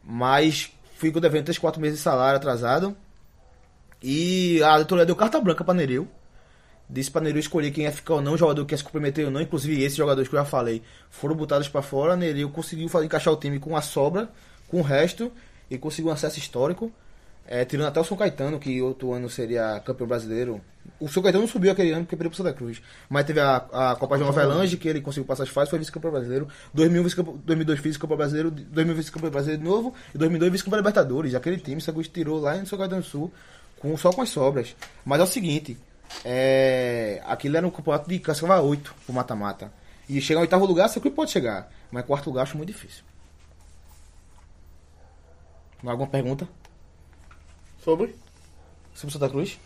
Mas ficou devendo 3, 4 meses de salário atrasado. E a diretoria deu carta branca pra Nereu. Disse pra Nereu escolher quem ia ficar ou não, o jogador que ia se comprometer ou não. Inclusive, esses jogadores que eu já falei foram botados pra fora. Nereu conseguiu fa- encaixar o time com a sobra, com o resto, e conseguiu um acesso histórico. É, tirando até o São Caetano, que outro ano seria campeão brasileiro. O São Caetano não subiu aquele ano porque perdeu pro Santa Cruz. Mas teve a, a Copa João Avelange, que ele conseguiu passar as fases, foi vice-campeão brasileiro. 2000 vice-campe- 2002 vice-campeão brasileiro, 2000 vice-campeão brasileiro de novo. E 2002 vice-campeão Libertadores. Aquele time Santa Cruz tirou lá em São Caetano do Sul, com, só com as sobras. Mas é o seguinte, é, aquilo era um campeonato de cascava 8 pro mata-mata. E chegar ao oitavo lugar, Santa Cruz pode chegar. Mas quarto lugar eu acho muito difícil. Mais alguma pergunta
Sobre?
sobre Santa Cruz?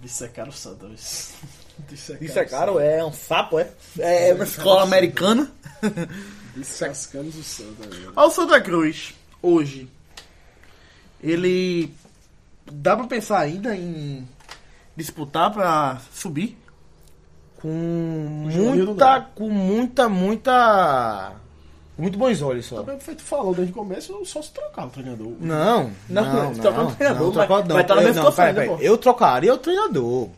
Dissecaram o Santos. Dissecaram
Isso é
o
caro, é um sapo, é? É uma escola americana.
Santos. Descascamos o Santos. velho.
Olha o Santa Cruz, hoje. Ele. Dá pra pensar ainda em disputar pra subir?
com
Juvenil não
muita,
dá.
com muita, muita, com muito bons olhos só.
Também foi tu falou desde o começo, só se trocar o treinador.
Não,
Não,
não, não,
trocar o
não,
treinador,
não, trocar-
vai-
não,
vai estar na
eu-
mesma
não,
situação,
pera,
né,
pera,
pô?
Eu trocaria o treinador,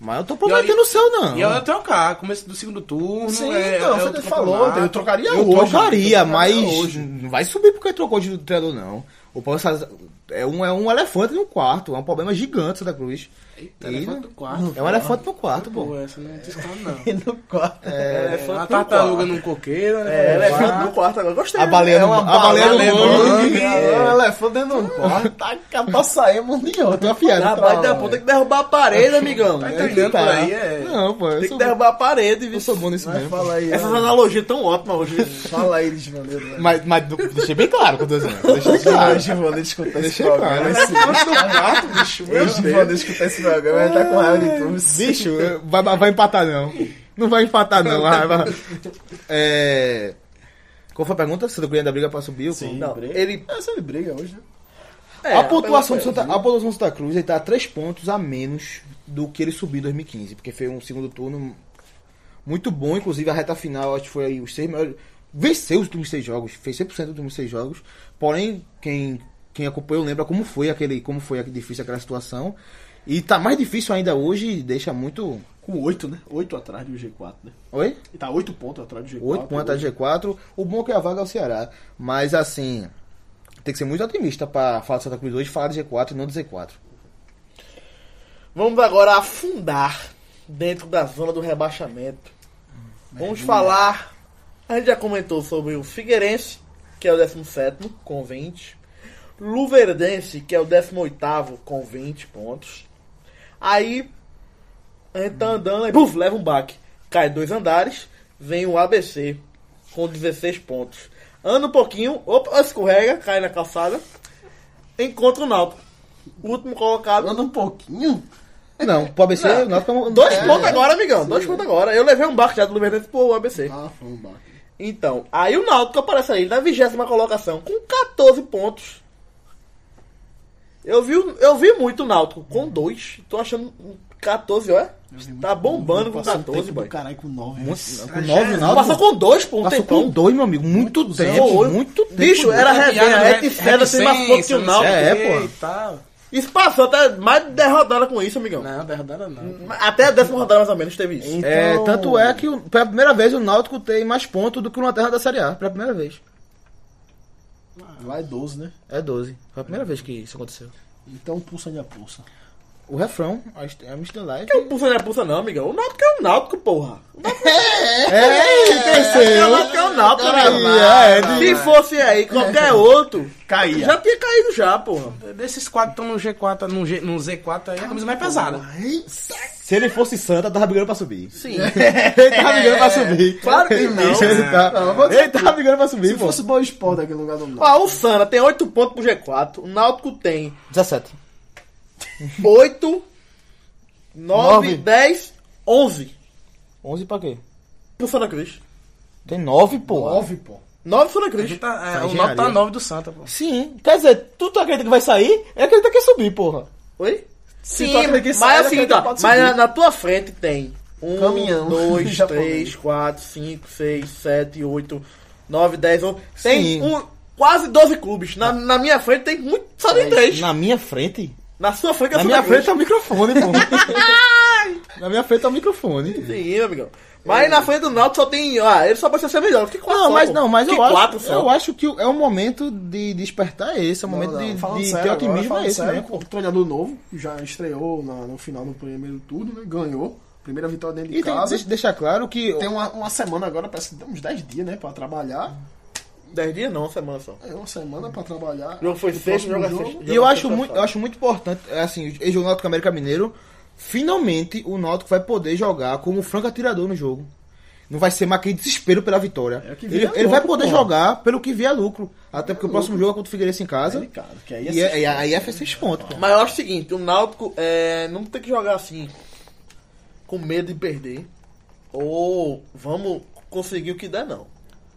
mas eu tô prometendo o seu não.
E eu até o cara, começo do segundo turno.
Sim,
é,
então,
é
você
outro
falou,
campeonato.
eu
trocaria
eu
hoje.
trocaria,
Eu trocaria
mas
hoje.
não vai subir porque trocou de treinador não. O Paulo César é um, é um elefante no quarto, é um problema gigante Santa Cruz.
Eita,
E-
elefante no quarto.
É um elefante no quarto, pô. um
Pô, essa não é desconto, não.
no quarto.
É,
É,
uma tartaruga num coqueiro.
é,
né?
elefante no quarto, agora gostei.
A baleia
é
no- a baleia no mangue.
É um elefante dentro do quarto.
Taca pra sair, mano.
Eu tô afiado.
Ah, vai dar, pô, tem que derrubar a parede, amigão.
Tá
Tem
entendendo por aí? É.
Não, pô, eu
que
sou-
derrubar a parede, viu?
eu sou bom nisso mesmo.
Fala aí.
Essas analogias tão ótimas hoje.
Fala aí, Desvaneiro.
Mas, mas do- deixei bem claro que eu tô dizendo. Deixei claro.
Desvaneiro escutar esse
Deixei claro.
programa. Desvaneiro escutar esse programa. Ele tá com raiva de tudo.
Bicho, eu- vai, vai empatar não. Não vai empatar não. Vai, vai. É... Qual foi a pergunta? Santa Cruz da briga pra subir? Sim.
Não, ele.
Essa ele briga hoje, né?
É,
a, pontuação do Santa, a pontuação do Santa Cruz ele tá a 3 pontos a menos do que ele subiu em 2015, porque foi um segundo turno muito bom, inclusive a reta final, acho que foi aí os seis melhores. Venceu os últimos seis jogos, fez 100% dos últimos seis jogos. Porém, quem, quem acompanhou lembra como foi aquele, como foi difícil aquela situação. E tá mais difícil ainda hoje, deixa muito.
Com oito, né? Oito atrás do G4, né?
Oi?
E tá oito pontos atrás do G4.
8 pontos atrás do G4. O bom é que a vaga é o Ceará. Mas assim, tem que ser muito otimista pra falar do Santa Cruz hoje, falar do G4 e não do Z4.
Vamos agora afundar dentro da zona do rebaixamento. Vamos falar. A gente já comentou sobre o Figueirense, que é o 17 com 20. Luverdense, que é o 18 com 20 pontos. Aí a gente tá andando, aí buf, leva um baque. Cai dois andares, vem o ABC com 16 pontos. Anda um pouquinho, opa, escorrega, cai na calçada. Encontra o Náutico. Último colocado.
Anda um pouquinho.
Não, pro ABC, não. o Náutico é um-
Dois
é,
pontos agora, amigão. Dois pontos agora. Eu levei um barco já do Luverdense pro ABC.
Ah, foi um baque.
Então, aí o Náutico aparece aí na vigésima colocação com 14 pontos. Eu vi, o- eu vi muito o Náutico com dois. Tô achando um 14, ó. Tá bombando com
Passou um
14,
tempo do
boy.
Caralho, com nove.
Muito,
né?
com nove, o Náutico
Passou com dois, pô, um
passou
tempão.
com dois, meu amigo. Muito tempo,
Foi.
muito tempo.
Bicho, era resenha, reticenda, sem mais ponto que o Náutico.
né? É,
É,
pô.
pô.
Isso passou até mais de 10 rodadas com isso, amigão.
Né?
Não, derrotada não.
Até a décima rodada, mais ou menos, teve isso.
É, tanto é que o- pela primeira vez o Náutico tem mais pontos do que o Lanterna da Série A. Pela primeira vez.
Lá é 12, né?
É 12. Foi a primeira vez que isso aconteceu.
Então pulsa minha pulsa.
O refrão, a St- a Mr. Light.
Não é pulsa, não é pulsa, não, amigão. O Náutico é o Náutico, porra.
É,
É o
cresceu.
Náutico é o Náutico, amigão.
Aí, é,
Se fosse aí qualquer outro,
Caía.
já tinha caído já, porra.
Desses quatro estão no G4, no, G, no Z4 aí, a camisa mais pesada.
Se ele fosse santa, tava brigando pra subir. Sim. ele tava brigando pra subir.
Claro que não.
Ele, tá, ele tava brigando pra subir,
Se
pô.
fosse bom esporte aqui no lugar do Náutico.
Ó, o Sana tem 8 pontos pro G4, o Náutico tem
17.
8, 9,
Nove.
10, 11
11 pra quê?
pro Santa Cruz.
Tem nove, porra.
Nove, pô.
Nove foram
A gente
críticas.
tá-
Tá
é, o Náutico tá
engenharia.
9 do Santa, pô.
Sim. Quer dizer, tu tu acredita que vai sair? Eu acredito que ia subir, porra.
Oi?
Se
Sim,
tu acredita que
mas
sai,
assim,
acredita
tá,
que pode
mas
subir.
na, na tua frente tem um,
Caminhão
dois,
japonês.
três, quatro, cinco, seis, sete, oito, nove, dez, onze. Tem
Sim. Ah.
um, quase 12 clubes. Na, na minha frente tem muito, só tem três. Na,
É, Na minha frente?
sua frente é
Na
só
minha
tem
frente
três.
tá o microfone, porra. Na minha frente tá o microfone.
Sim,
É.
amigão. Mas na frente do Náutico só tem. Ah, ele só pode ser melhor. Que quatro
Não,
só,
mas
pô.
não, mas
que
eu acho,
quatro só.
eu acho que é o momento de despertar esse, é o momento de, de ter otimismo é esse,
sério,
né?
pô, treinador novo, já estreou na- no final no primeiro turno, né? Ganhou. Primeira vitória dentro de
E tem,
casa.
deixa- deixar claro que
Tem uma, uma semana agora, parece que tem uns 10 dias, né? Pra trabalhar.
Dez dias não, semana só.
É uma semana pra trabalhar.
O jogo foi
O
sexta, o jogo é
próximo
sexta.
jogo-
E eu acho, muito, eu acho muito importante, é, assim, o jogo Náutico e América Mineiro, finalmente o Náutico vai poder jogar como franco atirador no jogo. Não vai ser mais aquele desespero pela vitória.
É o que vier
ele,
lucro,
ele vai poder
pô.
jogar pelo que vier lucro. Até porque o próximo jogo é contra o Figueirense em
É
casa.
delicado, que aí é
E é-
sexta.
e aí é seis pontos, pô.
Mas eu acho o seguinte, o Náutico é, não tem que jogar assim com medo de perder. Ou vamos conseguir o que der, não.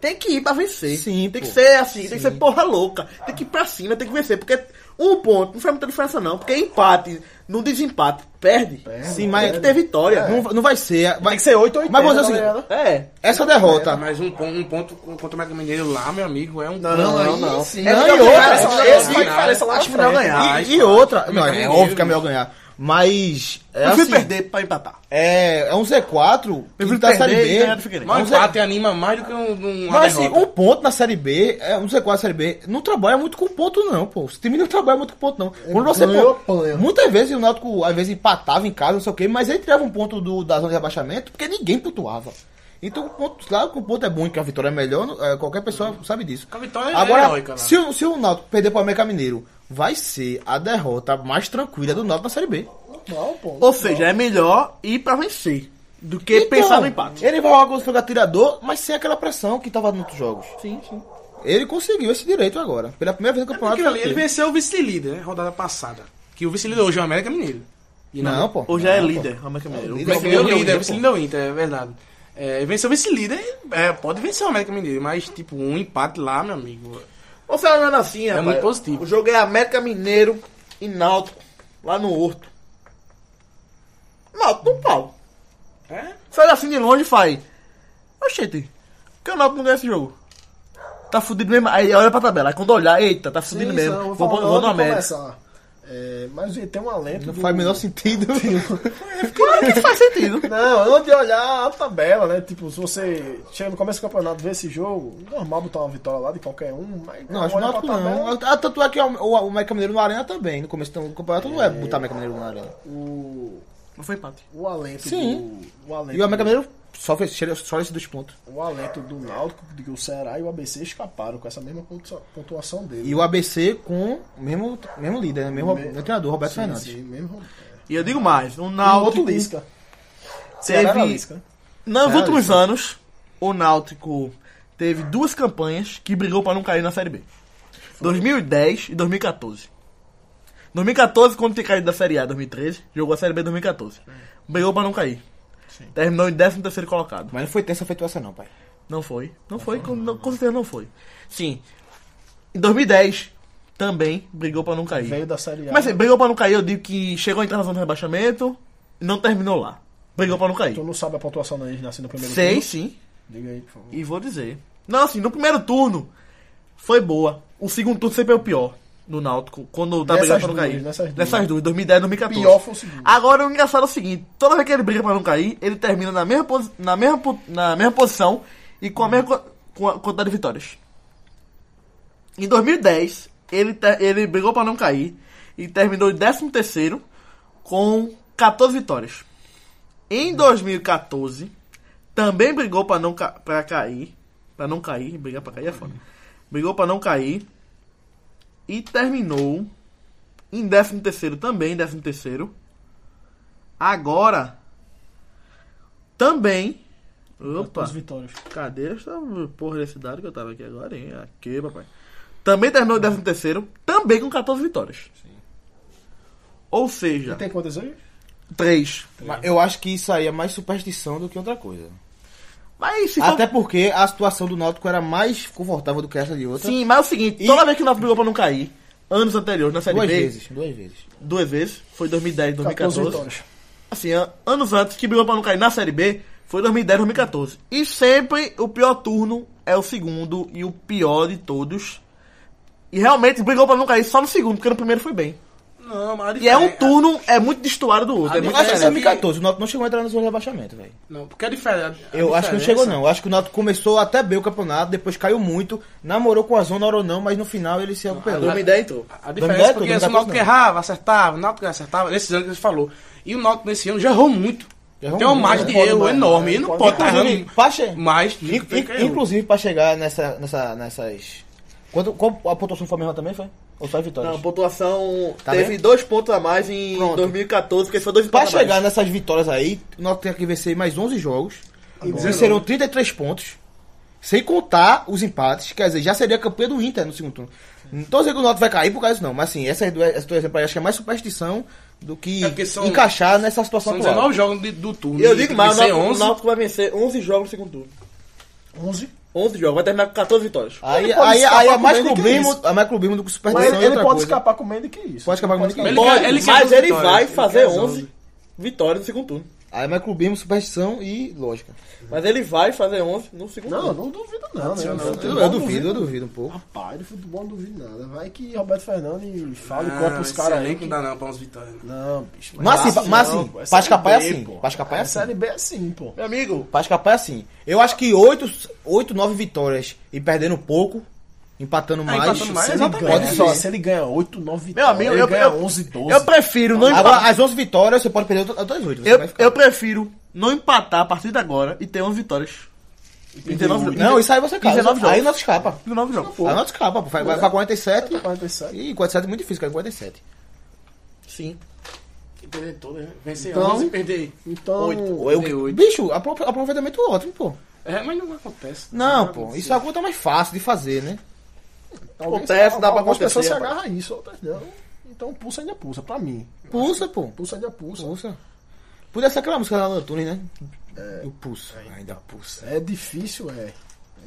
Tem que ir pra vencer.
Sim,
tem que
pô.
ser assim, tem que ser porra louca. Tem que ir pra cima, tem que vencer. Porque um ponto não faz muita diferença, não. Porque empate, no desempate, perde.
Sim, mas-
tem que ter vitória.
Não, não vai ser. Vai,
Tem que ser 8 ou 8.
Mas vou dizer o seguinte,
É.
essa derrota.
Mas um, pon- um ponto contra o América Mineiro lá, meu amigo, é um
Não, não,
Não,
aí
não.
sim.
É
Não,
melhor
e outra,
ganhar,
essa-
é
essa
melhor ganhar.
diferença lá na
Acho melhor
frente.
ganhar.
é E, e outra. Não, é óbvio que é melhor ganhar. Mas. É
Eu fui
assim,
perder pra empatar.
É, é um Z4 que
fui
tá na Série
perder e
B.
ganhar do Figueirense.
É um
Mas um
Z-
empate anima mais do que um, um uma
Mas assim,
derrota.
um ponto na Série B, é, um Z4 na Série B, não trabalha muito com ponto não, pô. Esse time não trabalha muito com ponto não. Quando você,
ganha
pô,
ou apanha.
muitas vezes o Náutico, às vezes, empatava em casa, não sei o quê, mas ele tirava um ponto do, da zona de abaixamento porque ninguém pontuava. Então, o ponto, claro que o ponto é bom e que a vitória é melhor, não- é, qualquer pessoa sabe disso.
A vitória é
Agora,
heróica, né?
se, o- se o Náutico perder para o América Mineiro, vai ser a derrota mais tranquila do Náutico na Série B.
Não, pô.
Ou seja, é melhor ir pra vencer do que pensar no empate.
Então, Ele vai jogar com o jogo atirador, mas sem aquela pressão que tava nos outros jogos.
Sim, sim.
Ele conseguiu esse direito agora. Pela primeira
É
vez no campeonato.
Aquilo ali,
ele
ele
teve.
venceu o vice-líder, né? Rodada passada. Que o vice-líder hoje é o América Mineiro. E
Não, pô.
Hoje é
Não, pô.
líder, o América Mineiro.
É
O
líder.
O América Mineiro é o líder,
Pô.
o vice-líder é o Inter, é verdade. É, venceu o vice-líder, é, pode vencer o América Mineiro, mas tipo, um empate lá, meu amigo.
Ô, Fernando, assim, rapaz,
muito positivo.
O jogo é América Mineiro e Náutico, lá no Horto. Náutico no pau.
É?
Sai assim de longe e faz. Oxente, por que o Náutico não ganha esse jogo? Tá fudido mesmo. Aí olha pra tabela. Aí quando olhar, eita, tá fudido mesmo.
eu
Vou,
falar
vou,
logo
no
e
América.
começar. É, mas gente, tem um alento.
Não
do-
faz o menor sentido.
Claro que faz sentido.
Não, antes de olhar a tabela, né? Tipo, se você chega no começo do campeonato, vê esse jogo, normal botar uma vitória lá de qualquer um, mas
não, acho que o
olha
Náutico
pra
não.
tabela,
Ah, Tanto é que o, o, o América Mineiro na Arena também. No começo do campeonato não é botar o América Mineiro na Arena.
O,
Não foi empate.
o alento
Sim.
do. O alento,
E o América
do,
Mineiro só fez só esse dos pontos.
o alento do Náutico, de que o Ceará e o ABC escaparam com essa mesma pontua- pontuação dele.
E o ABC com o mesmo, mesmo líder, né? mesmo,
Me-
treinador, Roberto
sim,
Fernandes.
sim, mesmo.
E eu digo mais, o
E o
Náutico...
outro Lisca. Ceará é era
teve,
Lisca.
Nos
Sério,
últimos
isso?
anos, o Náutico teve duas campanhas que brigou pra não cair na Série B. 2010 e 2014. 2014, quando tinha caído da Série A 2013, jogou a Série B 2014. Brigou pra não cair. Terminou em 13º colocado.
Mas não foi tensa feito essa não, pai.
Não foi. Não foi, com, não- com certeza não foi. Sim. Em 2010, também brigou pra não cair.
Veio da Série A.
Mas assim, brigou pra não cair, eu digo que chegou a entrar na zona de rebaixamento e não terminou lá. Brigou pra não cair.
Tu não sabe a pontuação deles nascendo assim, no primeiro
Sei,
turno?
sim.
Diga aí, por favor.
E vou dizer. Não, assim, no primeiro turno foi boa. O segundo turno sempre é o pior do Náutico. Quando tá
Nessas
brigando pra não
duas,
cair.
nessas duas.
Nessas duas, 2010 2014.
Pior foi o segundo.
Agora o engraçado é o seguinte: toda vez que ele briga pra não cair, ele termina na mesma, posi- na mesma, po- na mesma posição e com a mesma co- com a quantidade de vitórias. Em 2010, ele, ter- ele brigou pra não cair e terminou em 13 com 14 vitórias. Em 2014, também brigou pra não ca pra cair, Pra não cair, brigar pra cair é foda. Brigou pra não cair e terminou em 13 terceiro também, 13 terceiro. Agora também Opa,
Os vitórias.
cadê essa porra desse dado que eu tava aqui agora, hein? Aqui, papai. Também terminou em 13 terceiro, também com 14 vitórias. Ou
E
seja,
tem quantas aí?
3.
é Mas eu acho que isso aí é mais superstição do que outra coisa.
Mas se for...
Até porque a situação do Náutico era mais confortável do que essa de outra.
Sim, mas é o seguinte,
E-
toda vez que o Náutico brigou pra não cair, anos anteriores, na Série
duas
B,
vezes, duas vezes.
duas vezes, foi 2010
14
2014.
vitórias.
assim, an- anos antes que brigou pra não cair na Série B, foi 2010, 2014. E sempre o pior turno é o segundo e o pior de todos. E realmente brigou pra não cair só no segundo, porque no primeiro foi bem.
Não, mas a
E é um
diferença-
turno, é muito destoado do outro. É
Eu
muito
acho que em
diferente.
2014 o Náutico não chegou a entrar na zona de rebaixamento, velho.
Não, porque a diferença. a
Eu acho que não
diferença-
chegou não. Eu acho que o Náutico começou até bem o campeonato, depois caiu muito, namorou com a zona ou não, mas no final ele se recuperou.
2010 é, entrou.
A
Dominicano,
diferença porque assim, o
Dominicano
Náutico
não.
errava, acertava, o Náutico acertava, nesses anos que a gente falou. E o Náutico nesse ano já errou muito.
Já errou
Tem uma
muito,
margem
né?
de
Pode
erro
mais,
enorme. E não pode estar
Inclusive,
errando
pra che-
mais. do
In-
que um.
in-
errou.
Inclusive, pra chegar nessa, nessa, nessas. Quanto, qual a pontuação do Flamengo também foi? Ou só as
Tá
vitórias?
Não, pontuação
Tá
teve
vendo?
dois pontos a mais em
Pronto.
2014, porque foi dois
pra
pontos a mais.
chegar nessas vitórias aí, o Náutico tem que vencer mais 11 jogos. E serão 33 pontos. Sem contar os empates. Quer dizer, já seria campeão do Inter no segundo turno. Não tô dizendo que o Náutico vai cair por causa disso, não. Mas assim, essas duas, essas duas exemplos aí, acho que é mais superstição do que
É porque são-
encaixar nessa situação
São
atual.
19 jogos de- do turno.
E eu digo mais, o
Tem que ser
Náutico- o
11.
Náutico vai vencer 11 jogos no segundo turno.
11.
11 jogos, vai terminar com 14 vitórias.
Aí,
Ele pode
aí,
escapar
aí é
com
mais
menos que
clubismo,
isso.
é mais clubismo do que
Mas
superstição.
ele,
e
ele
outra
pode
coisa.
escapar com menos que isso.
Pode escapar com menos que
escapar.
Ele
Pode,
quer- ele quer
mas
11
ele
vitórias,
vai
ele
fazer
quer
11
11.
vitórias no segundo turno.
Aí é mais clubismo, superstição e lógica.
Mas ele vai fazer 11 no segundo
Não, eu
turno.
não duvido não.
não,
né?
Eu,
Eu duvido,
eu duvido, eu duvido um pouco.
Rapaz, do futebol não duvido nada. Vai que Roberto Fernandes
Ah,
fala e copa os
esse
caras aí.
elenco
que-
Não dá não pra uns vitórias. né?
Não, bicho.
Mas assim,
assim,
mas
não,
assim,
pô, é
pra
Série
escapar é
B,
assim.
pô.
Pra escapar é
A
assim.
Série B é assim, pô.
Meu amigo,
Pra escapar é assim. Eu acho que 8, oito 9 vitórias e perdendo pouco, empatando mais.
empatando mais,
se
Se ele,
exatamente.
ganha,
pode só.
se ele ganha 8, 9,
meu amigo,
ele
eu,
ganha
eu,
11, 12.
eu prefiro não
Agora,
empatar.
as 11 vitórias, você pode perder outras 8.
Eu, eu prefiro não empatar a partir de agora e ter 11 vitórias. E ter 9 jogos.
Não, isso aí você cai.
19
Aí
jogos.
nós escapa.
19 jogos.
Aí nós escapa. pô. Vai, vai pra
é
47.
47.
E 47 é muito difícil, cara. 47.
Sim.
Que perder todas, né? Vencer
Então-
11 e perder.
Então,
Oito.
Eu-
38.
bicho, apro- aproveitamento ótimo, pô.
É, mas não acontece.
Não, pô. Isso é a conta mais fácil de fazer, né?
talvez-
acontece, dá pra
algumas
acontecer,
pessoas se
rapaz.
agarram a isso, outras não. Então, pulsa ainda pulsa, pra mim.
Pulsa, pô.
Pulsa ainda pulsa.
Pulsa. Podia ser aquela música da Antunes, né? Eu pulso. Ainda pulsa.
É difícil, é. É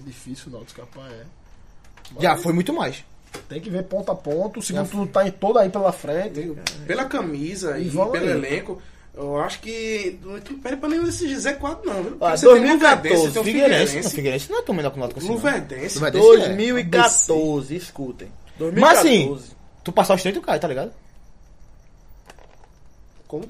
difícil o Náutico escapar, é.
Já foi muito mais.
Tem que ver ponto a ponto. O segundo turno tá em todo aí pela frente.
Pela camisa e,
E vamos
pelo
aí.
elenco, eu acho que não tu não perde pra nenhum desses Z4 não. viu?
Ah,
Você tem o
2014,
Luverdense, tem o
um Figueirense. Não,
Figueirense,
Figueirense não é tão melhor que o Náutico assim, não.
Luverdense.
Luverdense, é.
2014, escutem. 2014.
Mas assim, tu passar os três, tu cai, tá ligado?
Como?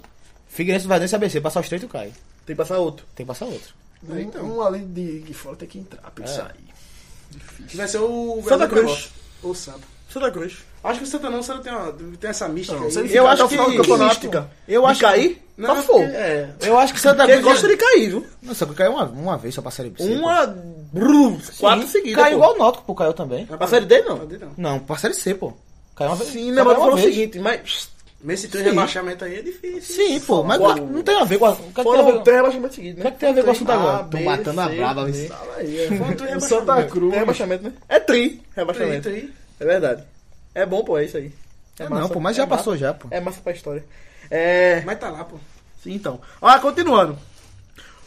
Figueirense, Valdense e ABC. Passar os três, tu cai.
Tem que passar outro.
Tem que passar outro.
Um, um ali de, de fora tem que entrar pra ele sair.
Que vai ser o...
Santa Cruz.
Ou Santa.
Santa Cruz.
Acho que o Santa não, o Santa tem, uma, tem essa mística
Não,
aí.
se ele
Eu
ficar
acho
até o final
que-
do campeonato,
Mística.
Eu
De
acho
cair?
Não,
só for.
porque- É,
Eu acho que Santa
Quem
Cruz...
gosta de cair, viu?
Não, Santa Cruz caiu uma, uma vez só pra Série B.
Uma, brum,
pô.
quatro
Sim,
seguidas.
Caiu
pô.
igual o Náutico, pô. Caiu também.
A série D não.
Pode não.
Não, pra Série C, pô. Caiu uma vez.
Sim,
só
né? Mas
caiu uma
falou o
vez.
seguinte, mas.
Nesse teu
Sim.
rebaixamento aí é difícil.
Sim, pô. Mas
Quatro.
não tem a ver com... a- o que é que tem a ver
Foram
com-
três rebaixamentos seguidos,
O que é
né?
que tem a ver com o
Tem
assunto agora?
A,
Tô
B,
matando a
C,
braba,
D.
viu?
Fala aí, é.
Quanto
O
rebaixamento?
Santa
Tem
Cruz.
rebaixamento, né? É tri
Aí,
rebaixamento.
aí.
É verdade. É bom, pô, é isso aí. É
Não,
massa.
pô, mas já
É massa.
passou já, pô.
É massa pra história. É.
Mas tá lá, pô.
Sim, então. Ah, continuando.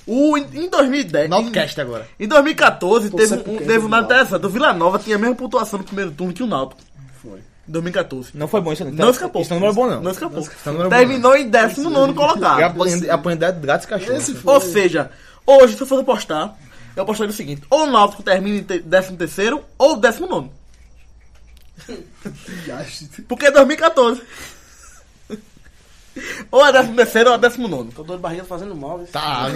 O, em 2010.
Notcast agora.
Em 2014,
é
teve,
sempre
um,
querendo
teve um nada
Náutico.
interessante. O Vila Nova tinha a mesma pontuação no primeiro turno que o Náutico.
Foi.
Em 2014.
Não foi bom isso,
Não escapou.
Isso não é bom, não.
Não escapou.
não era bom,
Terminou em 19 colocado.
Eu apanhei- né? apanhei de gatos e cachorro.
Esse
Ou seja, hoje, se eu fosse apostar, eu apostaria o seguinte: ou o Náutico termina em te- 13 ou 19.
foi.
Porque é 2014. ou é 13 ou é 19.
Tô dor de barriga fazendo mal. viu?
Tá,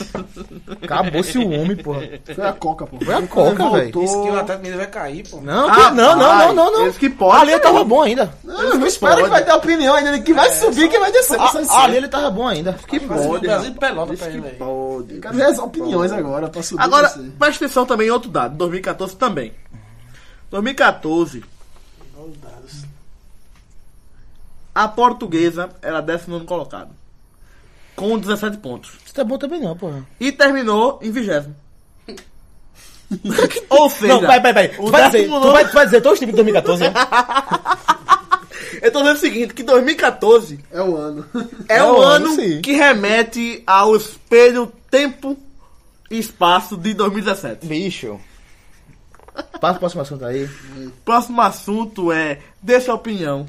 Acabou-se o homem, porra.
Foi a Coca, pô.
Foi a Coca, velho.
Esse que o Atlético Mineiro vai cair, pô.
Não, que- não, não, não, não, não.
Eles Ah, que podem.
Ali ele tava bom ainda. É.
Não, não
Espera que vai
explode.
ter opinião ainda de que vai subir, que vai descer.
Ah,
Ah, ali ele tava bom ainda. Que
Vai ser o Brasil e pelota
Eles
pra ele,
que
velho.
podem.
Cadê as opiniões agora pra subir
Agora,
pra você?
presta atenção também em outro dado. 2014 também. 2014, a portuguesa era 19 colocado. Com 17 pontos.
Isso tá bom também não, porra.
E terminou em 20. Ou seja,
Não, vai, vai, vai. Tu
o
vai dizer,
décimo
tu vai, tu vai dizer todos os times de 2014, né?
eu tô dizendo o seguinte, que 2014
É o ano.
é,
É
um
o
ano
ano, sim.
que remete ao espelho tempo espaço de 2017.
Bicho. Passa o próximo assunto aí.
Próximo assunto é Deixa a opinião.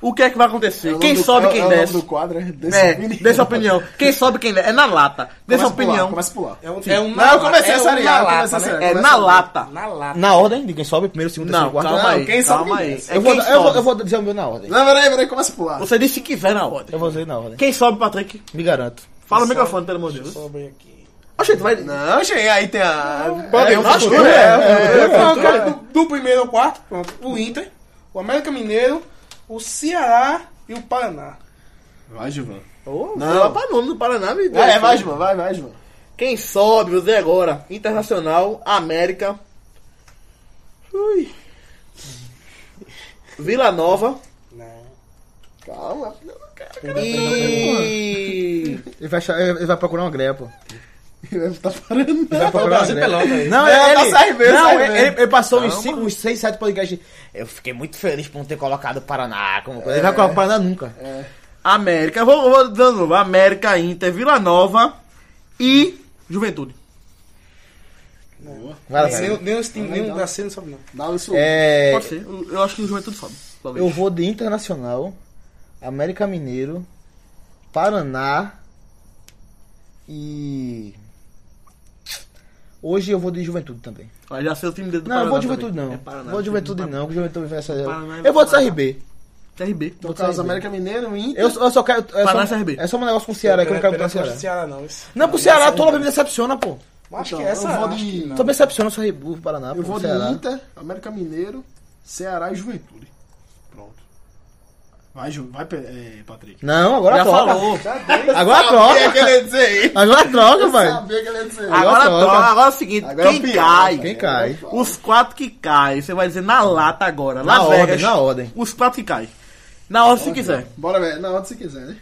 O que é que vai acontecer?
o
quem
nome do-
sobe,
é- é
quem
o nome
desce.
do quadro é desse
É, deixa a opinião. Quem sobe, quem desce. É na lata. Deixa a opinião.
Começa assim. a pular.
um,
É um-
na-
Não, eu comecei
é
a
um
sarear,
na
eu
lata,
comecei a
né?
sarear.
É na lata.
Na lata.
Na ordem de quem sobe, primeiro, segundo,
Não,
terceiro, quarto.
calma aí.
quem sobe,
calma
quem
aí.
desce.
É
Eu vou,
quem
eu, vou, eu
sobe.
vou dizer o meu na ordem.
Não, peraí, peraí, começa a pular.
Você disse que quiser na ordem.
Eu vou dizer na ordem.
Quem sobe, Patrick?
Me garanto.
Fala no microfone, pelo amor de Deus.
Sobre aqui.
Oxe, tu vai.
Não, gente, aí tem a.
É,
eu
na
acho que
altura,
é,
é, é,
Não, cara, do, Então, do primeiro ao quarto, pronto. O Inter, o América Mineiro, o Ceará e o Paraná.
Vai, Givan.
Ô,
Não.
sei lá pra nome do Paraná, me
É,
deixa.
vai, Givan, vai, vai, Givan.
Quem sobe, eu dei agora. Internacional, América. Ui. Vila Nova.
Não.
Calma.
E.
Ele vai, achar- ele vai procurar uma greia, pô.
Ele deve estar parando.
Ele vai
É o
procurar uma
Brasil
greia.
pelota
né?
aí.
Não,
É,
ele,
tá saindo,
não,
saindo.
ele, ele passou uns 5, uns 6, 7 podcasts. Eu fiquei muito feliz por não ter colocado o Paraná como É. coisa. Ele vai colocar o Paraná nunca.
América. Vou, vou dando novo. América, Inter, Vila Nova e. Juventude.
Vai lá,
Nem,
vai.
nem os times, nem o da C não sobe, não.
Dá o seu.
É,
Pode ser. Eu, eu acho que o Juventude sobe. talvez.
eu vou de Internacional, América Mineiro, Paraná e. Hoje eu vou de Juventude também.
Olha, já sei o time dele do
Não, eu vou de
Paraná
Juventude
também.
não.
É Paraná,
vou de
time
Juventude
do
não, que Juventude vai sair.
Paraná e
Eu vou de
Paraná.
CRB.
CRB.
Então, Carlos América Mineiro, Inter.
Eu, eu só quero. É
Paraná e
só,
CRB.
é só um negócio com o Ceará que eu não
é
quero botar o
Pera-
Ceará.
pera- É, Ceará, não. Isso.
Não, pro Ceará toda vez me decepciona, pô.
Acho
Então,
que é essa
eu vou
acho
de-
que não.
Só me decepciona o Ceará o Paraná.
Eu
pô,
vou de
Ceará.
Inter, América Mineiro, Ceará e Juventude. Pronto. Vai, Ju, vai, Pe- é, Patrick.
Não, agora
Já
troca.
falou.
Agora troca. Agora troca, vai.
Sabia que ele ia dizer.
Agora,
troca.
troca. agora é o seguinte:
Agora é
quem
o pior,
cai?
Quem cai?
Os quatro que caem, você vai dizer na lata agora.
Na
Las
ordem,
Vegas.
na ordem.
Os quatro que caem. Na ordem, se quiser.
Bora ver, na hora se quiser, né?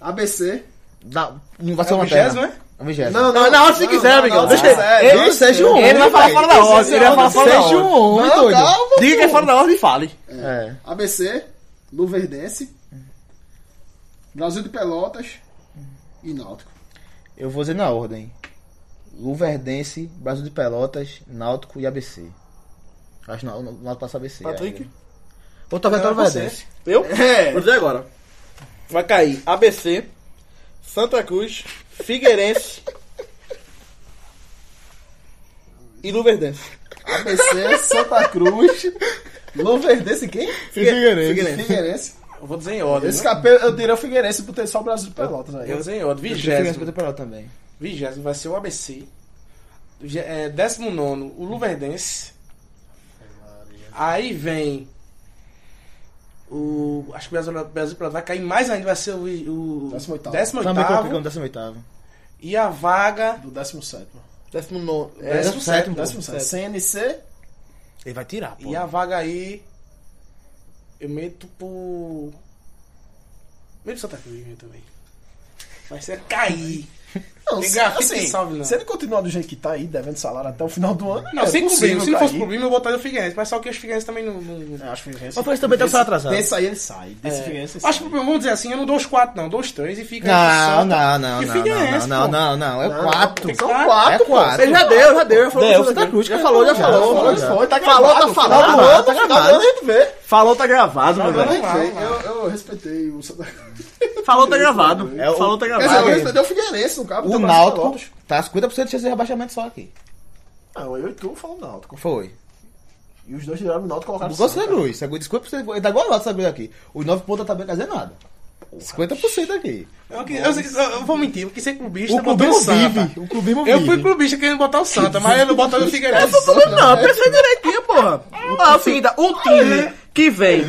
ABC.
Não, não vai ser
É o
uma terra.
vigésimo, é?
É o vigésimo.
Não,
Não, na ordem, se
não,
quiser,
não,
amigão.
não,
Deixa
não,
ele.
sério.
Ele-
Ele seja um homem.
Ele vai falar fora da ordem. Ele vai falar fora da
Seja um
ordem.
homem,
Não,
doido.
calma,
Diga que é fora da ordem e fale.
É.
ABC, Luverdense, Brasil de Pelotas e Náutico.
Eu vou dizer na ordem. Luverdense, Brasil de Pelotas, Náutico e ABC. Acho que o Náutico passa ABC.
Patrick?
é. Ou talvez
Não,
o
é você.
Luverdense.
Eu?
É.
Vou dizer agora. Vai cair ABC, Santa Cruz, Figueirense e Luverdense.
ABC, Santa Cruz, Luverdense e quem?
Figueirense.
Figueirense.
Eu vou dizer em ordem.
Esse
né?
capelo, eu diria o Figueirense por ter só o Brasil de Pelotas aí.
Eu vou dizer em ordem.
Figueirense, Brasil
Vigésimo.
de Pelotas também.
Vigésimo vai ser o ABC. Ge- É, décimo nono, o Luverdense. Aí vem o. Acho que o Brasil, Brasil Pelotas vai cair mais ainda, vai ser o. o
Décimo oitavo.
décimo
Também
oitavo.
classificamos 18.
E a vaga.
Do 17.
Décimo nono. É,
Décimo sétimo.
sétimo.
17. CNC.
Ele vai tirar, pô.
E a vaga aí. Eu meto pro. Meto Santa Cruz né, também. Vai ser cair.
Não,
Tem
se- assim,
grafite que salve, não.
Se ele continuar do jeito que tá aí, devendo salário até o final do ano.
Não,
é
sem
possível
problema. Se não fosse
cair.
problema, eu botaria o Figueirense. Mas só que os Figueirense também não. não- não-
É, acho que o Figueirense.
Mas foi isso também tá só atrasado.
Desse aí ele sai. Desse Figueirense ele
Acho que
sai.
vamos dizer assim, eu não dou os quatro, não, dou os três e fica.
Não,
aí pro Santa.
não, não,
E
não, não,
Figueirense,
não,
pô.
não, não, é quatro.
tem que
São
quatro.
quatro,
é quatro. Ele já deu, já deu. Já falou,
Deu,
Santa
Santa Cruz,
já falou, já
já
falou.
falou, já.
Foi, tá
Falou,
gravado.
tá
Final
falado,
do
tá
ano, final
gravado.
do ano a gente vê.
Falou, tá gravado, meu
Agora a
velho.
gente
Claro,
vê.
claro.
Eu- Eu respeitei o Santa Cruz.
Falou, tá gravado.
É o-
Falou, tá
Quer dizer, eu
gravado.
respeitei o Figueirense, no cabo.
O
tem
Náutico
Pelotas.
tá 50% de chance de rebaixamento só aqui.
Não, Ah, eu e tu falando Náutico.
Foi.
E os dois tiraram o Náutico e colocaram
O gol Santa
Santa.
Cruz, Santa Cruz, 50%, dá é igual a Santa Cruz aqui. Os 9 pontos da tabela quer dizer nada. 50% aqui.
Eu, que- eu- eu- eu vou mentir, porque ser clubista.
O
eu botei
clubismo
Santa.
vive, o clubismo
Eu fui
vive.
clubista querendo botar o Santa, mas eu não boto o
é
Figueirense.
Não, pensa direitinho, porra. Ó, é o seguinte, o time que vem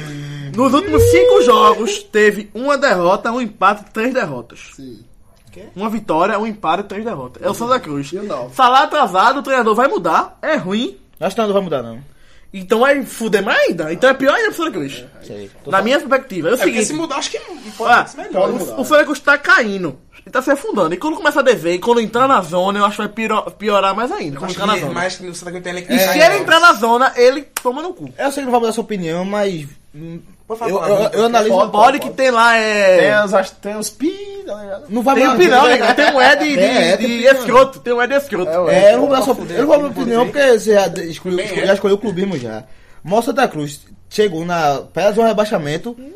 nos últimos cinco jogos teve uma derrota, um empate, três derrotas.
Sim.
Uma vitória, um empate, e três derrotas. É o Santa Cruz.
E o Náutico?
Salário atrasado, o treinador vai mudar, é ruim.
Acho que não vai mudar, não.
Então vai fuder mais ainda. Então é pior ainda pro Santa Cruz.
Sei. Tô
Na minha perspectiva, é o
É né, porque se
seguinte.
mudar, acho que
Ah,
pode ser melhor.
pode mudar.
o Santa Cruz tá caindo. Ele tá se afundando. E quando começa a dever, e quando entrar na zona, eu acho que vai piro- piorar mais ainda. Quando
Acho
entrar na
que
zona.
mais que o Santa Cruz tem elenco. É,
E se ele entrar na zona, ele toma no cu.
Eu sei que não vai mudar a sua opinião, mas. hum,
Pode
Eu,
falar,
eu,
pode.
eu analiso.
O bode que tem lá
Tem
é.
os, as- tem os pi Sim, tá ligado?
Não vai
Tem
mais-
opinião, né? Tem um Ed de, de,
É,
de
tem opinião.
escroto. Tem um Ed escroto.
É, eu não vou dar sua opinião. Eu não vou dar opinião porque você já escolheu,
é.
já escolheu o clubismo já. Mó Santa Cruz chegou na pela zona de um rebaixamento
Hum.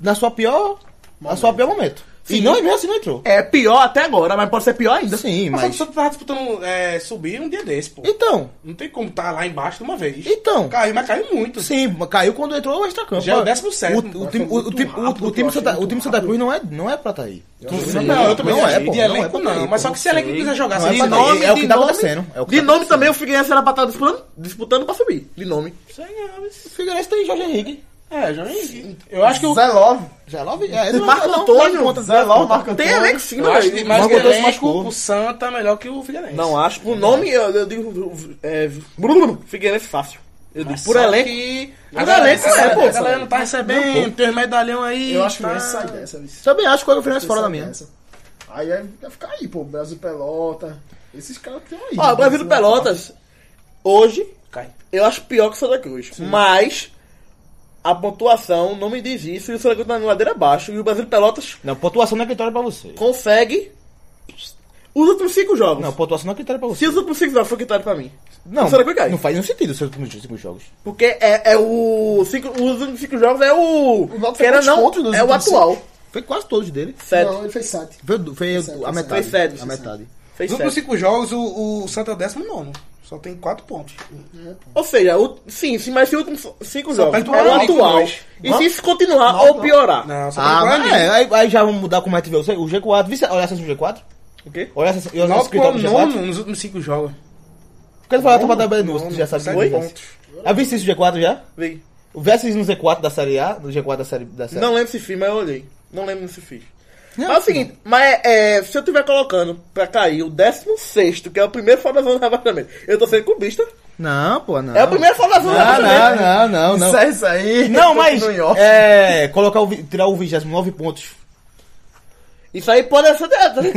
na sua pior, na sua pior momento. E não, e mesmo assim não entrou.
É pior até agora, mas pode ser pior ainda.
Sim,
É. Mas... O
mas
Santos tava disputando é, subir um dia desse, pô.
então,
Não tem como tá lá embaixo de uma vez.
então,
Caiu, mas caiu muito.
sim, caiu quando entrou o extracampo.
Já é o 17º,
O, o, time- o, o, time- o, o time Santa, o time Santa Cruz não é, não é pra tá aí.
Não, não, eu também
não é,
achei.
pô,
de
não é
elenco
pra
não.
tá aí,
mas
pô.
só que se elenco quiser jogar assim,
Não,
sem
é
De
pra-
nome,
é o que
de
tá
nome-
acontecendo, é o que
de
tá
nome também o Figueirense era pra estar disputando, disputando pra subir. De nome.
O Figueirense tem Jorge Henrique.
É, já nem.
Então,
Eu acho que o.
é
Zé Love.
Já lá vem- é, não,
Marco
não, não,
Antônio.
não conta.
Zé Love, Marco
Tem
Antônio.
elenco sim,
Eu acho
velho.
que mais
Mas é
que
botou se
elenco,
machucou.
o Santa é melhor que o Figueirense.
Não acho. Por nome, eu, eu digo. eu- É, Bruno, Figueirense fácil. Eu digo,
Mas
por
só
elenco.
que-
por
A galera-
elenco,
essa-
é, pô,
A galera não tá recebendo, tem os medalhão aí.
Eu acho que é o
tá...
Fluminense
é
sai dessa. viu?
Também acho que o Figueirense é fora da
Sai
minha.
dessa. é Aí é- vai ficar aí, pô. Brasil Pelota. Esses caras que tem aí. né?
Ó, o Brasil do Pelotas, hoje,
Cai.
eu acho pior que o Santa Cruz. Mas. A pontuação não me diz isso, e o Santa Cruz tá na ladeira abaixo, e o Brasil do Pelotas
Não, pontuação não é critério pra você.
consegue os últimos cinco jogos.
Não, pontuação não é critério pra você.
Se os últimos cinco jogos for quitado pra mim,
Não,
o Santa Cruz cai.
não faz nenhum sentido os seus últimos cinco jogos.
Porque é, é o. Cinco, os últimos cinco jogos é o.
Náutico
que era
fez
não.
pontos nos
É o
últimos
atual.
Foi quase todos dele.
Sete.
Não, é ele fez sete.
Foi, foi
sete,
a
foi
metade.
sete. Foi
a
sete,
metade.
Fez
Nos últimos
sete.
cinco jogos, o, o Santa é o décimo nono. Só tem quatro pontos.
Ou seja, o, sim, sim, mas se os últimos cinco jogos
perde o
é o
Náutico,
atual.
mas-
E se isso continuar ou piorar?
Não, só tem
Ah,
quatro.
mas é, aí, aí já vamos mudar como é que vê o o G4. Vice, olha essa do G4.
O quê?
Olha essa olha essa
Náutico é
escritório
o
do G4.
nono nos últimos cinco jogos.
Porque ele falou a Copa da Bela Nossa, tu já sabe
sete
que é
pontos.
A vice isso do G4 já?
Vem.
O Versus no Z4 da Série A, do G4 da Série da série.
Não lembro se fiz, mas eu olhei. Não lembro se fiz. Mas é o seguinte, mas é, se eu estiver colocando pra cair o 16, que é o primeiro fora da zona de rebaixamento, eu tô sendo cubista.
Não, pô, não.
É o primeiro fora da
Não,
zona de
não,
rebaixamento.
não, não, não.
Sai isso aí.
Não, mas
Continua em off.
é, colocar o, vi- tirar o 29 pontos.
Isso aí pode ser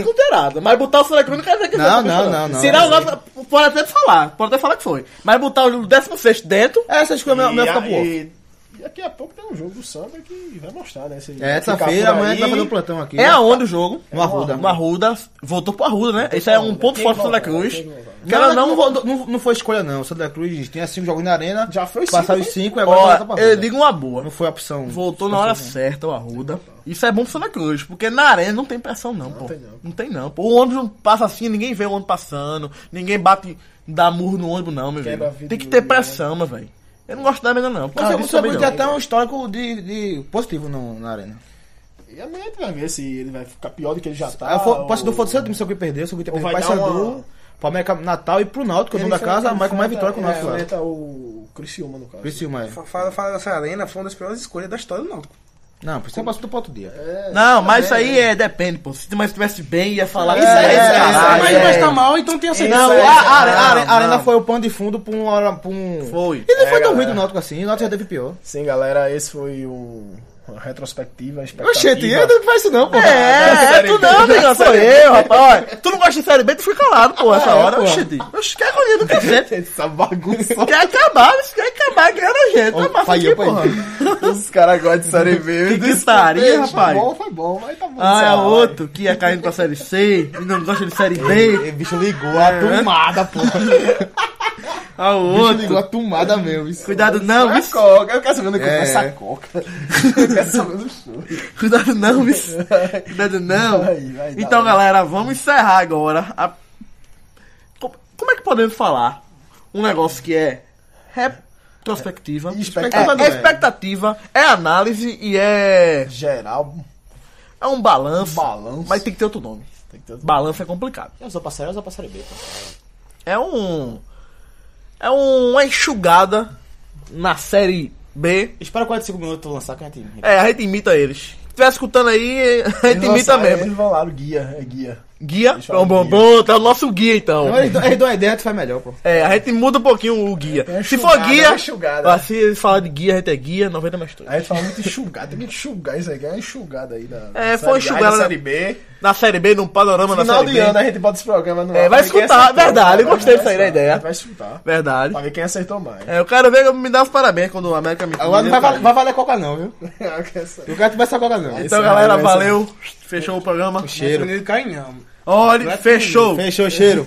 considerado, mas botar o Santa Cruz não quer dizer que
Não,
seja
não,
cubista,
não, não.
Tirar o Náutico, pode até falar, pode até falar que foi. Mas botar o 16 dentro,
Essas coisas melhor ficar pro outro.
E, e daqui a pouco tem um jogo do samba que vai mostrar, né? Se
É,
ficar
terça-feira,
por
amanhã a
aí,
gente vai fazer um plantão aqui.
é aonde o jogo?
No Arruda.
No Arruda, voltou pro Arruda, né? Isso é um ponto forte do Santa Cruz. Que
Cara,
ela
não,
não
não, não, não foi escolha, não. Santa Cruz tinha cinco jogos na arena.
Já foi cinco,
Passaram os
né?
cinco e agora tá volta
Ó,
pra
eu
Arruda.
digo uma boa.
Não foi a opção.
Voltou na hora certa o Arruda. Isso é bom pro Santa Cruz, porque na arena não tem pressão não, pô.
tem não.
Não tem não, pô. O ônibus não passa assim, ninguém vê o ônibus passando, ninguém bate, dá murro no ônibus não, meu
Quebra
velho.
vidro
Tem que ter
do
pressão, meu velho. Eu não gosto da arena não.
Mas
Cara,
o
disso também
Santa Cruz tem
não.
até um histórico de, de positivo no, na arena.
E amanhã a gente vai ver se ele vai ficar pior do que ele já tá.
Ah,
ou-
for, posso do Foto Santo, se alguém perdeu, se alguém tem
Ou
perdido
vai
pra
dar uma-
Sandu, pra América Natal e pro Náutico, que é o dono da
Ele
casa,
enfrenta-
mas com mais vitória que o
ele
Náutico. lá.
enfrenta o Criciúma, no caso.
Priscila, é.
Fa- Fala, fala dessa arena, foi uma das piores escolhas da história do Náutico.
Não, Priscila passou do pro outro dia.
Não, mas isso aí é, depende, pô. Se mais estivesse bem, ia falar que
né? Isso aí, isso aí,
caralho,
isso aí,
mas
é.
vai estar mal, então tem certeza.
Não,
é,
a, a- a- a-
não,
a arena
não.
foi o pano de fundo pra um... hora- Pra um...
Foi.
E não foi tão
galera.
ruim do Náutico assim, o Náutico já teve pior.
Sim, galera, esse foi o... Uma retrospectiva,
Oxente, eu não faz isso não, pô.
É, é tu não, amigão, sou eu, rapaz. Olha, Tu não gosta de série B, tu fica calado, pô, essa
É,
hora.
pô.
Oxi, oxi, quer agonia do cacete.
Essa bagunça.
Quer acabar, bicho, quer acabar, ganha a gente. Tá massa aqui, porra.
Os caras gostam de série B.
Que gritaria, rapaz.
Foi bom, foi bom, mas tá bom.
Ah, é
sabe?
outro que ia caindo pra série C e não gosta de série
E
B.
o bicho ligou a é
né?
tomada, pô.
Ah, o
O bicho ligou a
outro.
tomada mesmo. isso.
Cuidado não,
A
bicho.
coca, eu quero saber do que
É.
é essa coca. Eu quero saber do show.
Cuidado não, bicho. Cuidado não.
Vai, vai dar,
Então,
vai.
galera, vamos encerrar agora. a- Co- Como é que podemos falar um negócio que é retrospectiva?
Expectativa
É, é expectativa, é análise e é.
Geral,
É um balanço.
Balanço.
Mas tem que ter outro nome.
tem que ter
Balanço é complicado.
Eu sou passaria, eu sou passaria B, pô.
É um. É uma enxugada na série B.
Espera 45 minutos eu lançar que a gente...
É, a gente imita eles. Se estiver escutando aí, a gente
Eles
imita
lançaram,
mesmo.
Eles vão lá, o guia, é guia.
Guia? Bom, bom, bom, tá o nosso guia então.
Não, eles dão- eles dão a ideia, tu faz melhor, pô.
É, a gente muda um pouquinho o guia.
É, é
se for
enxugada,
guia.
é enxugada.
ó, se falar de guia, a gente é guia, 90 mais 3.
Aí ele fala muito enxugado, tem que enxugar isso aqui, é uma enxugada aí da.
É,
da
foi
série A,
enxugada,
da
né?
Série B.
Na série B, num panorama na
Final
série
de
B.
ano né? a gente bota esse programa no.
É, vai
ar pra ver quem
escutar,
acertou,
verdade, eu
cara,
gostei
vai
disso aí da
escutar,
ideia.
Vai escutar.
Verdade.
Pra ver quem acertou mais.
É, eu quero ver, me dá os parabéns quando o América me.
Agora não vai, valer- vai valer coca não, viu?
Essa-
Eu quero que vai ser coca não.
Então, galera, valeu. Fechou o programa.
Cheiro.
Menino cai em alma.
Olha, fechou.
Fechou, cheiro.